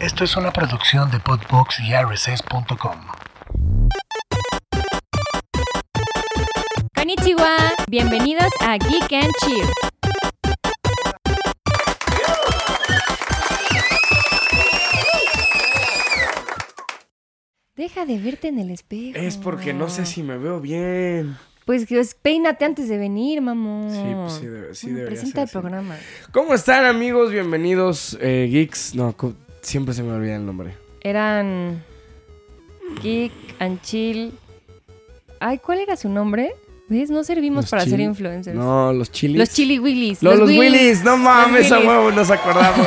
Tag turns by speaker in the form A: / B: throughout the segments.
A: Esto es una producción de Podbox y RSS.com.
B: Konnichiwa, bienvenidos a Geek and Chill. Deja de verte en el espejo.
C: Es porque no sé si me veo bien.
B: Pues, pues, peínate antes de venir, mamón.
C: Sí, pues, sí debe- sí debería
B: Presenta
C: ser
B: el
C: así.
B: programa.
C: ¿Cómo están amigos? Bienvenidos, eh, geeks. No, cu- siempre se me olvida el nombre.
B: Eran Geek and Chill. Ay, ¿cuál era su nombre? ¿Ves? No servimos
C: Los
B: para ser
C: chili-
B: influencers.
C: No, los chilis.
B: Los Chili Willies.
C: No, los, Willis. No mames, a
B: Willis.
C: huevo, nos acordamos.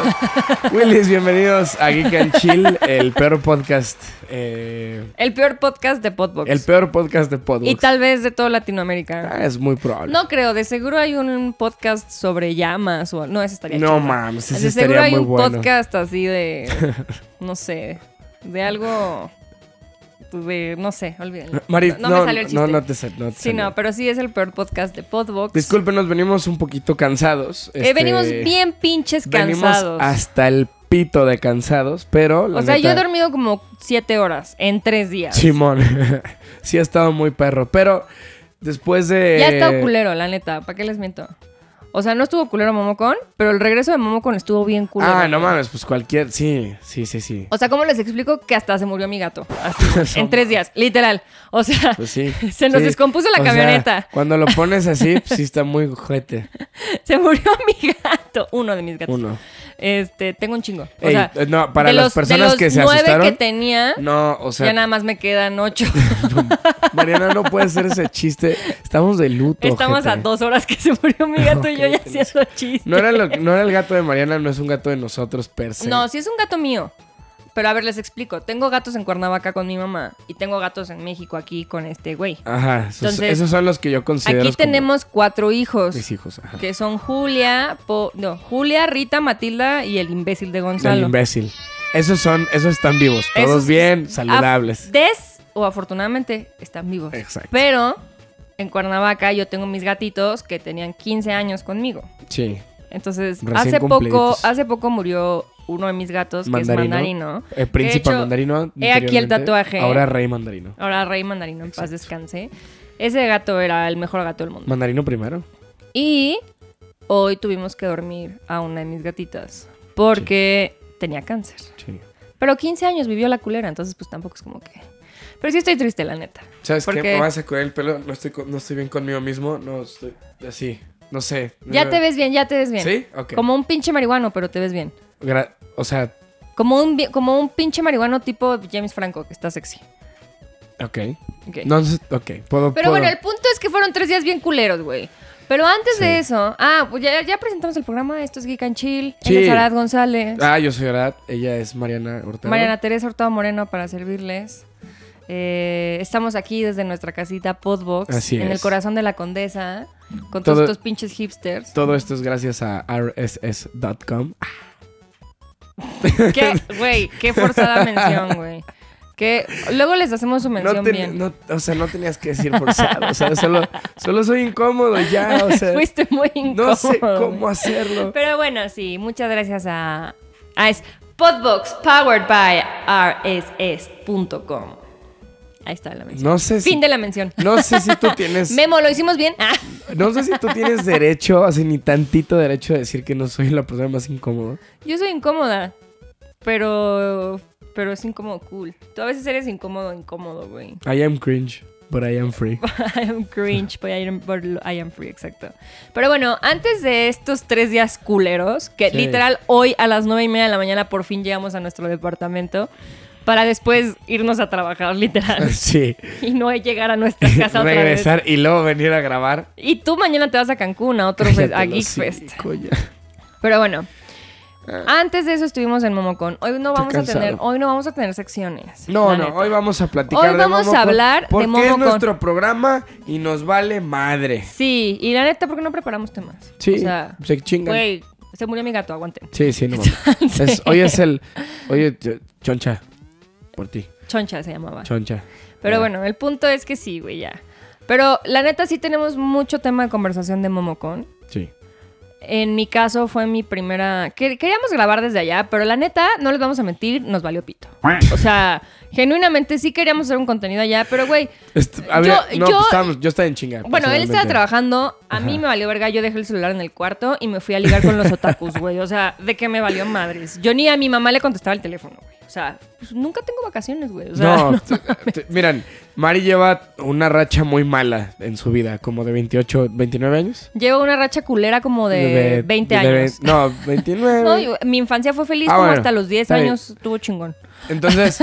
C: Willis, bienvenidos a Geek and Chill, el peor podcast. eh,
B: El peor podcast de Podbox.
C: el peor podcast de podcast.
B: Y tal vez de toda Latinoamérica.
C: es muy probable.
B: No creo, de seguro hay un podcast sobre llamas o no, ese estaría
C: No
B: chido.
C: mames, ese
B: de seguro
C: estaría
B: hay
C: muy
B: un
C: bueno.
B: podcast así de no sé, de algo pues de no sé, olvídenlo.
C: Mari-
B: no, no
C: no,
B: me salió el chiste.
C: no, no te sal- no te
B: sí,
C: salió.
B: no, pero sí es el peor podcast de Podbox.
C: Discúlpenos, venimos un poquito cansados.
B: Eh,
C: este,
B: venimos bien pinches
C: venimos
B: cansados.
C: hasta el pito de cansados, pero la
B: O sea,
C: neta-
B: yo he dormido como siete horas en tres días.
C: Simón, sí ha estado muy perro, pero después de...
B: Ya está culero, la neta, ¿para qué les miento? O sea, no estuvo culero Momocón, pero el regreso de Momocón estuvo bien culero.
C: Ah, no mames, pues cualquier... Sí, sí, sí, sí.
B: O sea, ¿cómo les explico que hasta se murió mi gato? Así, en
C: No
B: tres días, literal. O sea,
C: Pues sí.
B: se nos
C: sí.
B: descompuso la
C: O sea,
B: camioneta.
C: cuando lo pones así, pues sí está muy jojete.
B: Se murió mi gato, uno de mis gatos.
C: Uno.
B: Este, tengo un chingo. O
C: Ey,
B: sea,
C: eh, no, para
B: de
C: las
B: los-
C: personas
B: de los
C: que se
B: nueve
C: asustaron.
B: que tenía,
C: No, o sea,
B: ya nada más me quedan ocho.
C: Mariana no puede hacer ese chiste. Estamos de luto.
B: Estamos
C: ojete.
B: a dos horas que se murió mi gato y yo
C: Ok,
B: ya
C: tienes-
B: haciendo chistes.
C: No era, lo- no era el gato de Mariana, no es un gato de nosotros per se.
B: No, sí es un gato mío. Pero a ver, les explico. Tengo gatos en Cuernavaca con mi mamá y tengo gatos en México aquí con este güey.
C: Ajá, esos,
B: Entonces,
C: esos son los que yo considero.
B: Aquí
C: como
B: tenemos cuatro hijos.
C: Mis hijos, ajá.
B: Que son Julia, Po- no, Julia, Rita, Matilda y el imbécil de
C: Del
B: Gonzalo.
C: imbécil. Esos son, esos están vivos, todos
B: Esos
C: bien,
B: af-
C: saludables.
B: Des o afortunadamente están vivos.
C: Exacto.
B: Pero en Cuernavaca yo tengo mis gatitos que tenían 15 años conmigo.
C: Sí.
B: Entonces,
C: Recién
B: hace poco,
C: cumpliditos.
B: hace poco murió uno de mis gatos
C: Mandarino.
B: que es mandarino.
C: El príncipe
B: De hecho,
C: mandarino.
B: he aquí el
C: anteriormente,
B: tatuaje.
C: Ahora rey mandarino.
B: Ahora rey mandarino, en paz
C: Exacto.
B: descanse. Ese gato era el mejor gato del mundo.
C: Mandarino primero.
B: Y hoy tuvimos que dormir a una de mis gatitas porque tenía cáncer.
C: Sí.
B: Pero 15 años vivió la culera, entonces pues tampoco es como que... Pero sí estoy triste, la neta.
C: ¿Sabes
B: Porque
C: qué? Me voy a sacudir el pelo. No estoy, con- no estoy bien conmigo mismo. No estoy así. No sé.
B: Ya te ves bien, ya te ves bien.
C: ¿Sí? Ok.
B: Como un pinche marihuano, pero te ves bien.
C: Gra- o sea,
B: Como un, vi- como un pinche marihuano tipo James Franco, que está sexy.
C: ok.
B: Ok.
C: No, sé- ok. Puedo.
B: Pero bueno,
C: puedo.
B: el punto es que fueron tres días bien culeros, güey. Pero antes de eso... Ah, pues ya, ya presentamos el programa. Esto es Geek and Chill.
C: Sí.
B: Él es Arad González.
C: Ah, yo soy Arad. Ella es Mariana Hurtado.
B: Mariana Teresa Hurtado Moreno para servirles. Eh, estamos aquí desde nuestra casita Podbox,
C: Así
B: en el
C: es.
B: corazón de la Condesa, con
C: Todo-
B: todos estos pinches hipsters.
C: Todo esto es gracias a rss.com.
B: Qué, güey, qué forzada mención, güey. Que luego les hacemos su mención
C: No te-
B: bien.
C: no- o sea, no tenías que decir forzado. o sea, solo, solo soy incómodo ya. O sea,
B: Fuiste muy incómodo.
C: no sé cómo
B: güey.
C: hacerlo.
B: Pero bueno, sí, muchas gracias a, a es Podbox powered by rss.com. Ahí está la mención.
C: No sé si,
B: fin de la mención.
C: no sé si tú tienes,
B: Memo, ¿lo hicimos bien? Ah.
C: no sé si tú tienes derecho, así ni tantito derecho de decir que no soy la persona más incómoda.
B: Yo soy incómoda, pero pero es incómodo cool. Tú a veces eres incómodo, incómodo, güey.
C: I am cringe, but I am free.
B: I am cringe, but I am, but I am free, exacto. Pero bueno, antes de estos tres días culeros, que
C: Sí.
B: literal hoy a las nueve y media de la mañana por fin llegamos a nuestro departamento para después irnos a trabajar, literal,
C: Sí.
B: y no llegar a nuestra casa otra vez.
C: Regresar y luego venir a grabar.
B: Y tú mañana te vas a Cancún, a otro fest,
C: Cállate
B: a
C: el
B: Geek
C: hocico,
B: Fest.
C: ya.
B: Pero bueno, antes de eso estuvimos en Momocon. Hoy no
C: Estoy
B: vamos a tener,
C: Ah. cansado.
B: hoy no vamos a tener secciones.
C: No,
B: la
C: no,
B: neta.
C: hoy vamos a platicar
B: Hoy
C: de
B: vamos
C: Momo
B: a
C: Con,
B: hablar de
C: porque
B: Momo
C: es
B: Con.
C: nuestro programa y nos vale madre.
B: Sí, y la neta, ¿por qué no preparamos temas?
C: Sí,
B: O sea,
C: se chingan.
B: güey, se murió mi gato, aguanten.
C: Sí, sí, no mames. Es- Hoy es el. Oye, ch- choncha. Por ti,
B: Choncha se llamaba.
C: choncha.
B: Pero
C: Ya.
B: bueno, el punto es que sí, güey, ya. Pero la neta sí tenemos mucho tema de conversación de Momocon.
C: Sí.
B: En mi caso fue mi primera... que- Queríamos grabar desde allá, pero la neta, no les vamos a mentir, nos valió pito. O sea, genuinamente sí queríamos hacer un contenido allá, pero güey,
C: Est- a ver,
B: Yo-
C: no,
B: yo-
C: pues, estábamos- yo estaba en chinga.
B: bueno, él estaba
C: personalmente.
B: trabajando, a mí me valió verga, yo dejé el celular en el cuarto y me fui a ligar con los otakus, güey. O sea, ¿de qué me valió madres? Yo ni a mi mamá le contestaba el teléfono, güey. O sea, pues, nunca tengo vacaciones, güey. O sea,
C: no, t- t- miran, Mari lleva una racha muy mala en su vida, como de 28, 29 años.
B: llevo una racha culera como de, 20
C: de ve-
B: años.
C: no, 29.
B: No, yo- mi infancia fue feliz
C: Ah,
B: como
C: bueno,
B: hasta los 10
C: está bien.
B: años, estuvo chingón.
C: Entonces,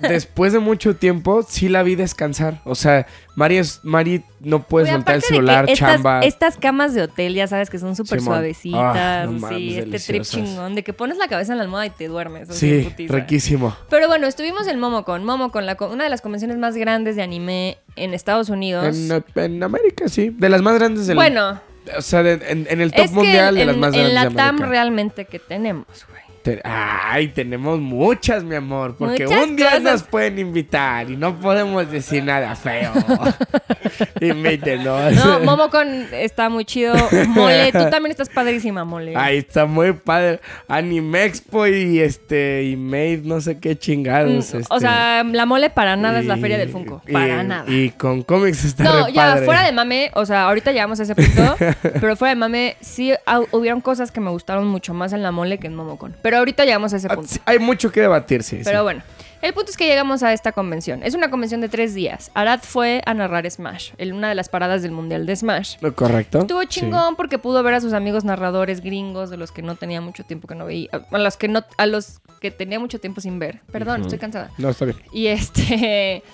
C: después de mucho tiempo, sí la vi descansar. O sea, Mari, es, Mari no puede
B: Güey,
C: soltar el
B: aparte de que
C: celular,
B: estas,
C: chamba.
B: Estas camas de hotel, ya sabes que son súper
C: Simón. Ah,
B: suavecitas,
C: no mames,
B: así, este trip
C: deliciosas.
B: chingón, de que pones la cabeza en la almohada y te duermes. así,
C: sí,
B: putiza.
C: riquísimo.
B: Pero bueno, estuvimos en MomoCon. MomoCon, la co- una de las convenciones más grandes de anime en Estados Unidos.
C: En, en América, sí. De las más grandes del
B: bueno,
C: O sea, de- en, en el top
B: es que
C: mundial de
B: en,
C: las más
B: en
C: grandes
B: la
C: de
B: TAM
C: América.
B: realmente que tenemos, güey.
C: Te- Ay, tenemos muchas, mi amor, porque
B: Muchas
C: un día
B: cosas.
C: nos pueden invitar y no podemos decir nada feo. Invítenos.
B: No, MomoCon está muy chido. Mole, tú también estás padrísima, Mole.
C: Ay, está muy padre. Anime Expo y este y Made, no sé qué
B: Mm,
C: chingados.
B: O
C: este,
B: sea, la mole para nada es la
C: y-
B: feria del Funko.
C: y-
B: Para nada.
C: Y con cómics está
B: No,
C: re
B: ya,
C: padre.
B: fuera de mame, o sea, ahorita llegamos a ese punto, pero fuera de mame, sí au- hubieron cosas que me gustaron mucho más en la mole que en Momocon. Pero ahorita llegamos a ese
C: Ah,
B: punto.
C: sí, Hay mucho que debatir, sí. sí.
B: Pero bueno, el punto es que llegamos a esta convención. Es una convención de tres días. Arad fue a narrar Smash, en una de las paradas del Mundial de Smash.
C: ¿Lo correcto?
B: Estuvo
C: Sí.
B: chingón porque pudo ver a sus amigos narradores gringos de los que no tenía mucho tiempo que no veía, a los que no, a los que tenía mucho tiempo sin ver. Perdón, estoy cansada.
C: No, está bien.
B: Y este.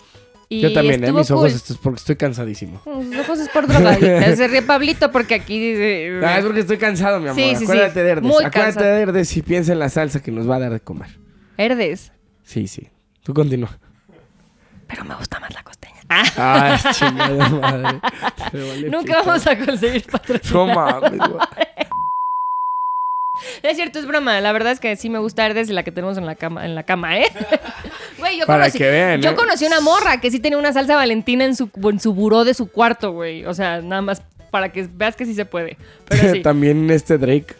B: Y
C: Yo también, ¿eh?
B: estuvo
C: mis ojos
B: cool.
C: estos porque estoy cansadísimo.
B: Con Sus ojos es por drogadita. Se ríe Pablito porque aquí dice.
C: Ah, es porque estoy cansado, mi amor.
B: Sí, sí, sí.
C: Acuérdate de Herdes.
B: Muy
C: Acuérdate
B: cansado.
C: de Herdes y piensa en la salsa que nos va a dar de comer.
B: Herdes.
C: Sí, sí. Tú continúa.
B: Pero me gusta más la costeña. Ah,
C: Ay, chingada madre. Se vale
B: nunca
C: pito.
B: vamos a conseguir patrocinio.
C: No mames, güey.
B: Es cierto, es broma. La verdad es que sí me gusta Herdes, la que tenemos en la cama, en la cama, ¿eh? Güey, yo
C: Para
B: conocí.
C: que vean,
B: yo
C: ¿eh?
B: conocí una morra que sí tenía una salsa valentina en su, en su buró de su cuarto, güey. O sea, nada más para que veas que sí se puede. Pero sí.
C: También este Drake.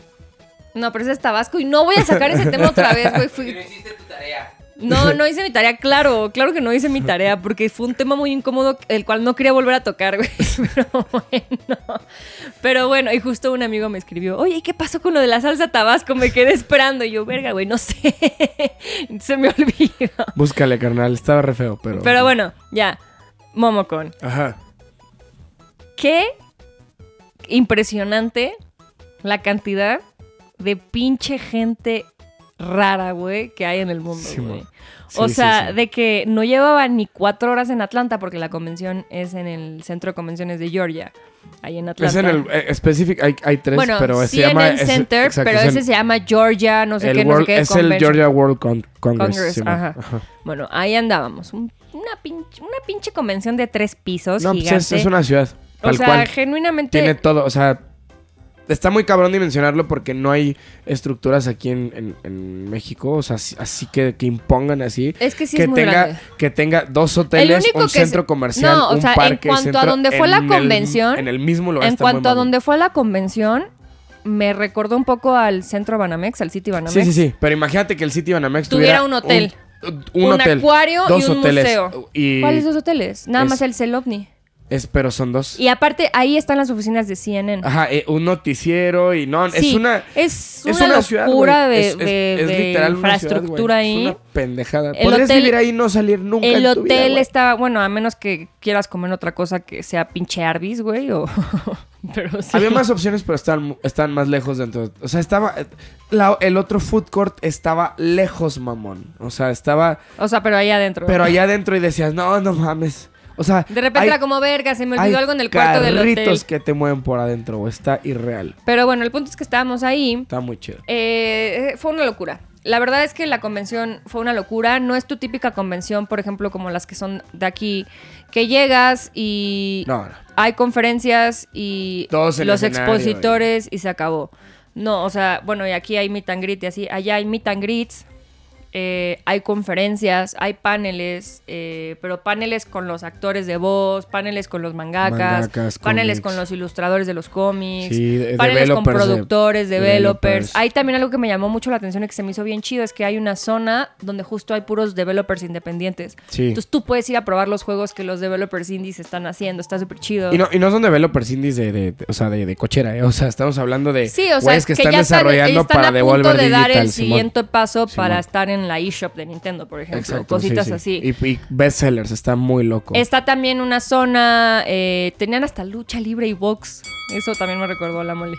B: No, pero ese es Tabasco y no voy a sacar ese tema otra vez, güey. Fui-
D: Pero hiciste tu tarea.
B: No, no hice mi tarea, claro, claro que no hice mi tarea, porque fue un tema muy incómodo, el cual no quería volver a tocar, güey. Pero bueno. Pero bueno, y justo un amigo me escribió, oye, ¿y qué pasó con lo de la salsa tabasco? Me quedé esperando. Y yo, verga, güey, no sé. Se me olvidó.
C: Búscale, carnal. Estaba re feo, pero.
B: Pero bueno, ya. Momocon.
C: Ajá.
B: Qué impresionante la cantidad de pinche gente rara, güey, que hay en el mundo,
C: Sí,
B: güey.
C: mo-
B: o
C: Sí, sí,
B: sea,
C: sí.
B: de que no llevaba ni cuatro horas en Atlanta, porque la convención es en el centro de convenciones de Georgia, ahí en
C: Es
B: Atlanta.
C: en el eh, específico. Hay, hay tres,
B: bueno,
C: pero se
B: CNN
C: llama. es-
B: Center,
C: exacto,
B: pero
C: es
B: ese
C: en-
B: se llama Georgia, no sé
C: el
B: qué, no sé
C: World-
B: qué.
C: Es el
B: Convention.
C: Georgia World Con- Congress.
B: Congress,
C: sí, mo-
B: ajá. Bueno, ahí andábamos. Un- una, pinche, una pinche convención de tres pisos
C: No, pues
B: gigante.
C: es, es una ciudad.
B: o
C: Tal
B: sea,
C: cual.
B: genuinamente...
C: Tiene todo, o sea, está muy cabrón dimensionarlo porque no hay estructuras aquí en, en- en México, o sea, así, así que, que impongan así.
B: Es que sí
C: que
B: es muy
C: tenga,
B: grande.
C: que tenga dos hoteles,
B: único
C: un
B: que se-
C: centro comercial,
B: No, o
C: un
B: sea, en
C: parque. y
B: cuanto a
C: centro-
B: donde fue la
C: en el-
B: convención,
C: en el mismo lugar.
B: En
C: está muy
B: cuanto a
C: mamón.
B: donde fue la convención, me recordó un poco al centro Banamex, al City Banamex.
C: Sí, sí, sí. Pero imagínate que el City Banamex
B: Tuviera
C: tuviera
B: un hotel.
C: Un,
B: Un,
C: un hotel,
B: acuario
C: dos
B: y un
C: hoteles,
B: museo.
C: Y
B: ¿Cuáles dos hoteles? Nada
C: es-
B: más el Celopni.
C: es, pero son dos.
B: Y aparte, ahí están las oficinas de CNN.
C: Ajá, eh, un noticiero y no,
B: Sí,
C: es una...
B: es
C: Es
B: una, locura
C: güey.
B: de,
C: Es- es-
B: de-
C: es
B: de
C: literal una
B: infraestructura
C: ciudad, güey.
B: ahí.
C: Es una pendejada.
B: El
C: Podrías
B: hotel-
C: vivir ahí y no salir nunca.
B: El
C: en tu vida,
B: hotel
C: güey.
B: estaba, bueno, a menos que quieras comer otra cosa que sea pinche Arby's, güey, o... Pero sí.
C: Había más opciones, pero estaban, mu- estaban más lejos dentro. O sea, estaba. eh, la- el otro food court estaba lejos, mamón. O sea, estaba.
B: O sea, pero ahí adentro.
C: Pero allá adentro y decías, no, no mames. O sea.
B: De repente
C: hay-
B: era como verga, se me olvidó
C: hay
B: algo en el cuarto del hotel.
C: carritos que te mueven por adentro, güey. Está irreal.
B: Pero bueno, el punto es que estábamos ahí.
C: Está muy chido.
B: Eh, fue una locura. La verdad es que la convención fue una locura. No es tu típica convención, por ejemplo, como las que son de aquí, que llegas y
C: No, no.
B: hay conferencias y
C: Todos en
B: los
C: escenario,
B: expositores y se acabó. No, o sea, bueno, y aquí hay meet and greet y así. Allá hay meet and greets eh, hay conferencias, hay paneles, eh, pero paneles con los actores de voz, paneles con los mangakas,
C: Mangakas,
B: paneles con
C: cómics.
B: los ilustradores de los cómics,
C: Sí, de-
B: paneles con
C: developers de-
B: productores, developers.
C: developers.
B: Hay también algo que me llamó mucho la atención y que se me hizo bien chido, es que hay una zona donde justo hay puros developers independientes.
C: Sí.
B: Entonces tú puedes ir a probar los juegos que los developers indies están haciendo, está súper chido.
C: Y no, y no son developers indies de, de- de- o sea, de, de cochera, ¿eh? O sea, estamos hablando de
B: Sí, o sea,
C: güeyes que, están
B: ya
C: desarrollando
B: ellos están
C: para
B: a punto
C: Devolver
B: de dar
C: Digital,
B: el
C: Simón.
B: siguiente paso para
C: Simón.
B: estar en la eShop de Nintendo, por ejemplo,
C: Exacto, sí,
B: cositas
C: sí.
B: así.
C: Y, y bestsellers, está muy loco.
B: Está también una zona, eh, tenían hasta lucha libre y box, eso también me recordó a la mole.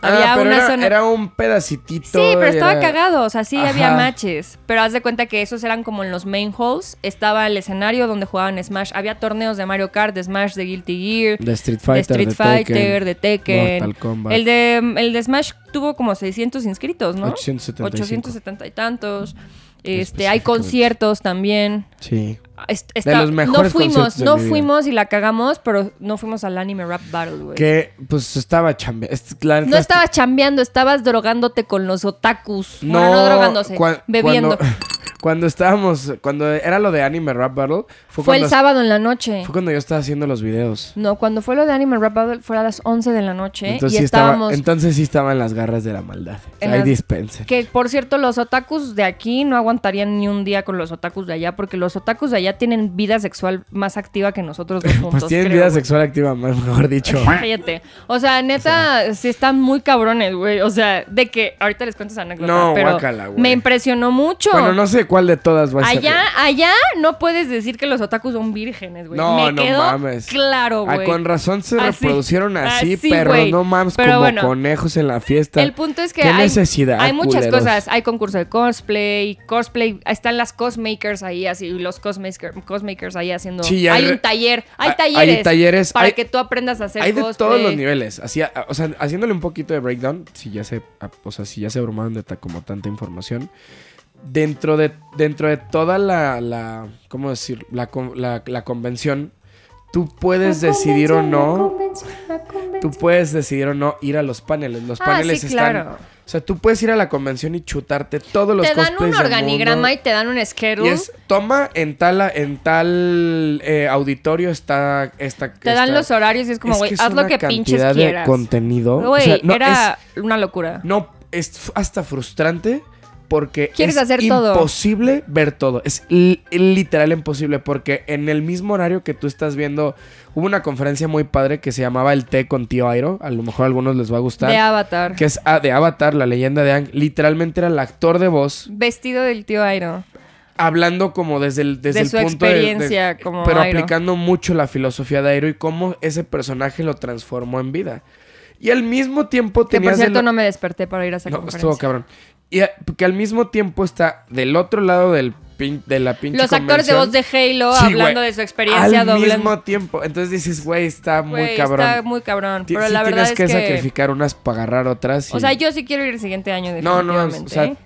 C: Ah,
B: había
C: pero
B: una
C: era,
B: zona...
C: era un pedacitito.
B: Sí, pero estaba
C: era-
B: cagado, o sea, sí había
C: Ajá.
B: matches, pero haz de cuenta que esos eran como en los main halls, estaba el escenario donde jugaban Smash, había torneos de Mario Kart, de Smash, de Guilty Gear,
C: De Street Fighter,
B: de Street Fighter, de Tekken.
C: Mortal Kombat.
B: El de, el de Smash tuvo como 600 inscritos, ¿no?
C: 875.
B: 870 y tantos. Este, hay
C: Específicamente.
B: conciertos también.
C: Sí.
B: Est- está-
C: los mejores
B: no fuimos,
C: conciertos de
B: no
C: mi vida.
B: fuimos y la cagamos, pero no fuimos al anime rap battle, güey.
C: Que, pues, estaba chambe... es- la
B: No
C: neta,
B: estabas chambeando, estabas drogándote con los otakus. No, no drogándose,
C: cua-
B: bebiendo.
C: Cuando, cuando estábamos... Cuando era lo de Anime Rap Battle... Fue,
B: fue
C: cuando,
B: el sábado en la noche.
C: Fue cuando yo estaba haciendo los videos.
B: No, cuando fue lo de Anime Rap Battle fue a las 11 de la noche
C: Entonces,
B: ¿eh? y
C: sí
B: estábamos...
C: estaba, entonces sí estaban las garras de la maldad. O sea,
B: En
C: ahí
B: las-
C: dispensen.
B: Que por cierto, los otakus de aquí no aguantarían ni un día con los otakus de allá, porque los otakus de allá tienen vida sexual más activa que nosotros dos juntos.
C: Pues tienen
B: creo,
C: vida
B: güey.
C: sexual activa, más- mejor dicho.
B: Cállate. O sea, neta, sí están muy cabrones, güey. O sea, de que ahorita les cuento esa anécdota.
C: No,
B: pero
C: guácala, güey.
B: Me impresionó mucho.
C: bueno, no sé cuál de todas va a ser.
B: Allá, allá no puedes decir que los otakus son vírgenes, güey.
C: No,
B: Me
C: no
B: quedó
C: mames.
B: Claro,
C: Ah,
B: güey.
C: con razón se
B: Así.
C: reproducieron así,
B: Así,
C: perros,
B: güey.
C: no mames,
B: Pero
C: como
B: bueno.
C: conejos en la fiesta.
B: El punto es que
C: ¿Qué
B: hay,
C: necesidad,
B: hay muchas
C: culeros?
B: cosas. Hay concurso de cosplay, cosplay, están las cosmakers ahí así, los cosmaker- cosmakers ahí haciendo.
C: Sí,
B: hay
C: hay-
B: un taller, hay
C: Ah, hay-
B: talleres,
C: hay talleres,
B: para
C: hay-
B: que tú aprendas a hacer
C: Hay de
B: cosplay.
C: todos los niveles. Así, a- o sea, haciéndole un poquito de breakdown, si ya se, a- o sea, si ya se abrumaron de ta- como tanta información. Dentro de, dentro de toda la, la ¿cómo decir? La, con- la- la convención, tú puedes decidir o no, tú puedes decidir o no ir a los paneles. Los
B: Ah,
C: paneles
B: sí,
C: están...
B: claro.
C: O sea, tú puedes ir a la convención y chutarte todos los
B: Te dan
C: cosplays
B: un
C: del mundo.
B: organigrama y te dan un
C: Y
B: schedule.
C: es, toma en tal, en tal eh, auditorio está esta...
B: te dan
C: esta-
B: los horarios y es como,
C: Es
B: güey,
C: es
B: haz lo
C: una
B: que pinches
C: cantidad de
B: quieras.
C: contenido. o
B: Güey,
C: sea, no,
B: era una locura.
C: Es, no, es f- hasta frustrante porque
B: Quieres
C: es
B: hacer todo.
C: imposible ver todo. Es li- literal imposible porque en el mismo horario que tú estás viendo, hubo una conferencia muy padre que se llamaba El té con tío Airo. A lo mejor a algunos les va a gustar.
B: de Avatar.
C: que es ah, de Avatar, la leyenda de Ang. Literalmente era el actor de voz
B: Vestido del tío Airo.
C: hablando como desde el, desde
B: De
C: el
B: su
C: punto de-
B: experiencia como
C: pero
B: Airo.
C: aplicando mucho la filosofía de Airo y cómo ese personaje lo transformó en vida. Y al mismo tiempo
B: Que por
C: tenías
B: cierto
C: del-
B: no me desperté para ir a esa
C: No,
B: conferencia.
C: estuvo cabrón. Y a- que al mismo tiempo está del otro lado del pin- de la pinche
B: Los actores de voz
C: convención.
B: de Halo
C: Sí,
B: hablando
C: güey.
B: de su experiencia
C: al
B: doblando.
C: mismo tiempo. Entonces dices, güey, está muy
B: Güey,
C: cabrón.
B: Está muy cabrón.
C: Ti-
B: Pero
C: sí
B: la verdad
C: tienes
B: es
C: que,
B: que.
C: sacrificar unas para agarrar otras.
B: O
C: y-
B: sea, yo sí quiero ir el siguiente año.
C: No, no,
B: Definitivamente,
C: o sea,
B: ¿eh?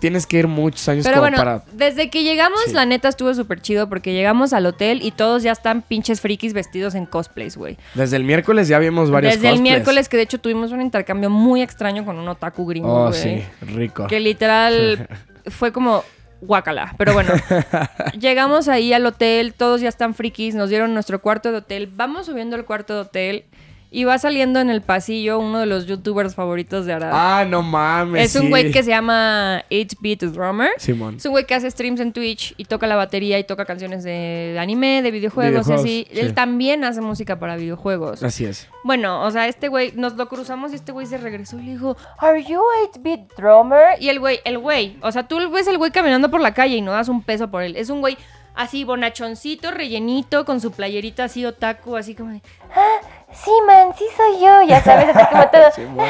C: tienes que ir muchos años
B: Pero
C: como
B: bueno,
C: para
B: desde que llegamos,
C: Sí.
B: la neta estuvo súper chido porque llegamos al hotel y todos ya están pinches frikis vestidos en cosplays, güey.
C: Desde el miércoles ya vimos varios
B: Desde el
C: cosplays.
B: miércoles que de hecho tuvimos un intercambio muy extraño con un otaku gringo,
C: Oh,
B: güey.
C: sí, rico.
B: Que literal fue como guácala. Pero bueno, llegamos ahí al hotel, todos ya están frikis, nos dieron nuestro cuarto de hotel. Vamos subiendo al cuarto de hotel y va saliendo en el pasillo uno de los youtubers favoritos de Arad.
C: Ah, no mames.
B: es un
C: sí.
B: güey que se llama HB the Drummer.
C: Simón.
B: Es un güey que hace streams en Twitch y toca la batería y toca canciones de anime, de videojuegos, y
C: Videojuegos,
B: así.
C: sí.
B: Él también hace música para videojuegos.
C: Así es.
B: Bueno, o sea, este güey, nos lo cruzamos y este güey se regresó y le dijo, ¿Are you 8-bit drummer? Y el güey, el güey, o sea, tú ves el güey caminando por la calle y no das un peso por él. Es un güey así, bonachoncito, rellenito, con su playerita así, otaku, así como de,
D: Sí, man, sí soy yo, ya sabes, así como todo.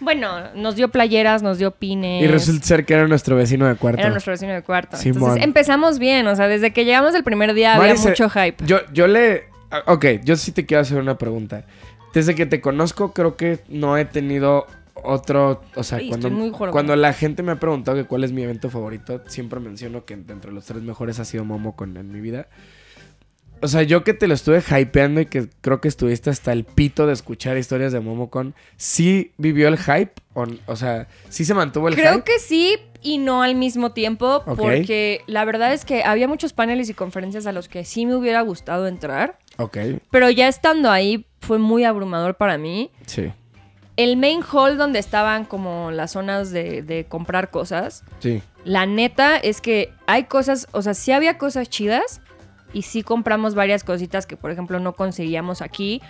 B: Bueno, nos dio playeras, nos dio pines.
C: Y resulta ser que era nuestro vecino de cuarto.
B: Era nuestro vecino de cuarto.
C: Simón.
B: Entonces empezamos bien, o sea, desde que llegamos el primer día había
C: Mari, se-
B: mucho hype.
C: eh, Yo, yo le. ah, Ok, yo sí te quiero hacer una pregunta. Desde que te conozco, creo que no he tenido otro. O sea,
B: Ay,
C: cuando,
B: estoy muy jorobada.
C: cuando la gente me ha preguntado que cuál es mi evento favorito, siempre menciono que en- entre los tres mejores ha sido Momo con en mi vida. O sea, yo que te lo estuve hypeando y que creo que estuviste hasta el pito de escuchar historias de Momo con, ¿sí vivió el hype? O, o sea, ¿sí se mantuvo el
B: Creo
C: hype?
B: que sí, y no al mismo tiempo,
C: Ok.
B: porque la verdad es que había muchos paneles y conferencias a los que sí me hubiera gustado entrar,
C: Ok,
B: pero ya estando ahí fue muy abrumador para mí.
C: sí.
B: El main hall donde estaban como las zonas de, de comprar cosas,
C: Sí.
B: la neta es que hay cosas, o sea, sí había cosas chidas y sí compramos varias cositas que, por ejemplo, no conseguíamos aquí.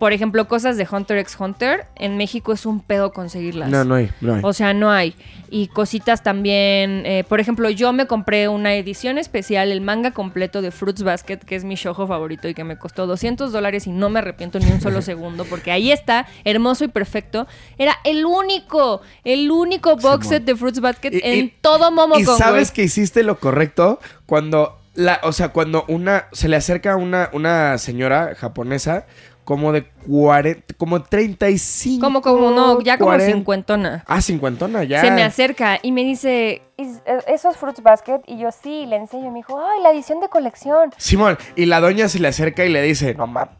B: Por ejemplo, cosas de Hunter x Hunter, en México es un pedo conseguirlas.
C: No, no hay, no hay.
B: O sea, no hay. Y cositas también. eh, por ejemplo, yo me compré una edición especial, el manga completo de Fruits Basket, que es mi shoujo favorito y que me costó 200 dólares y no me arrepiento ni un solo segundo, porque ahí está, hermoso y perfecto. Era el único, el único box
C: Simón.
B: set de Fruits Basket
C: Y-
B: en
C: y-
B: todo Momo
C: Y sabes que hiciste lo correcto cuando la, o sea, cuando una se le acerca una una señora japonesa como de 40, como 35.
B: Como, como, no, ya como
C: 40.
B: cincuentona.
C: Ah, cincuentona, ya.
B: Se me acerca y me dice,
D: Y, eh, Eso es Fruits Basket. Y yo sí, le enseño. Y me dijo, ay, la edición de colección.
C: Simón, y la doña se le acerca y le dice, "No mames,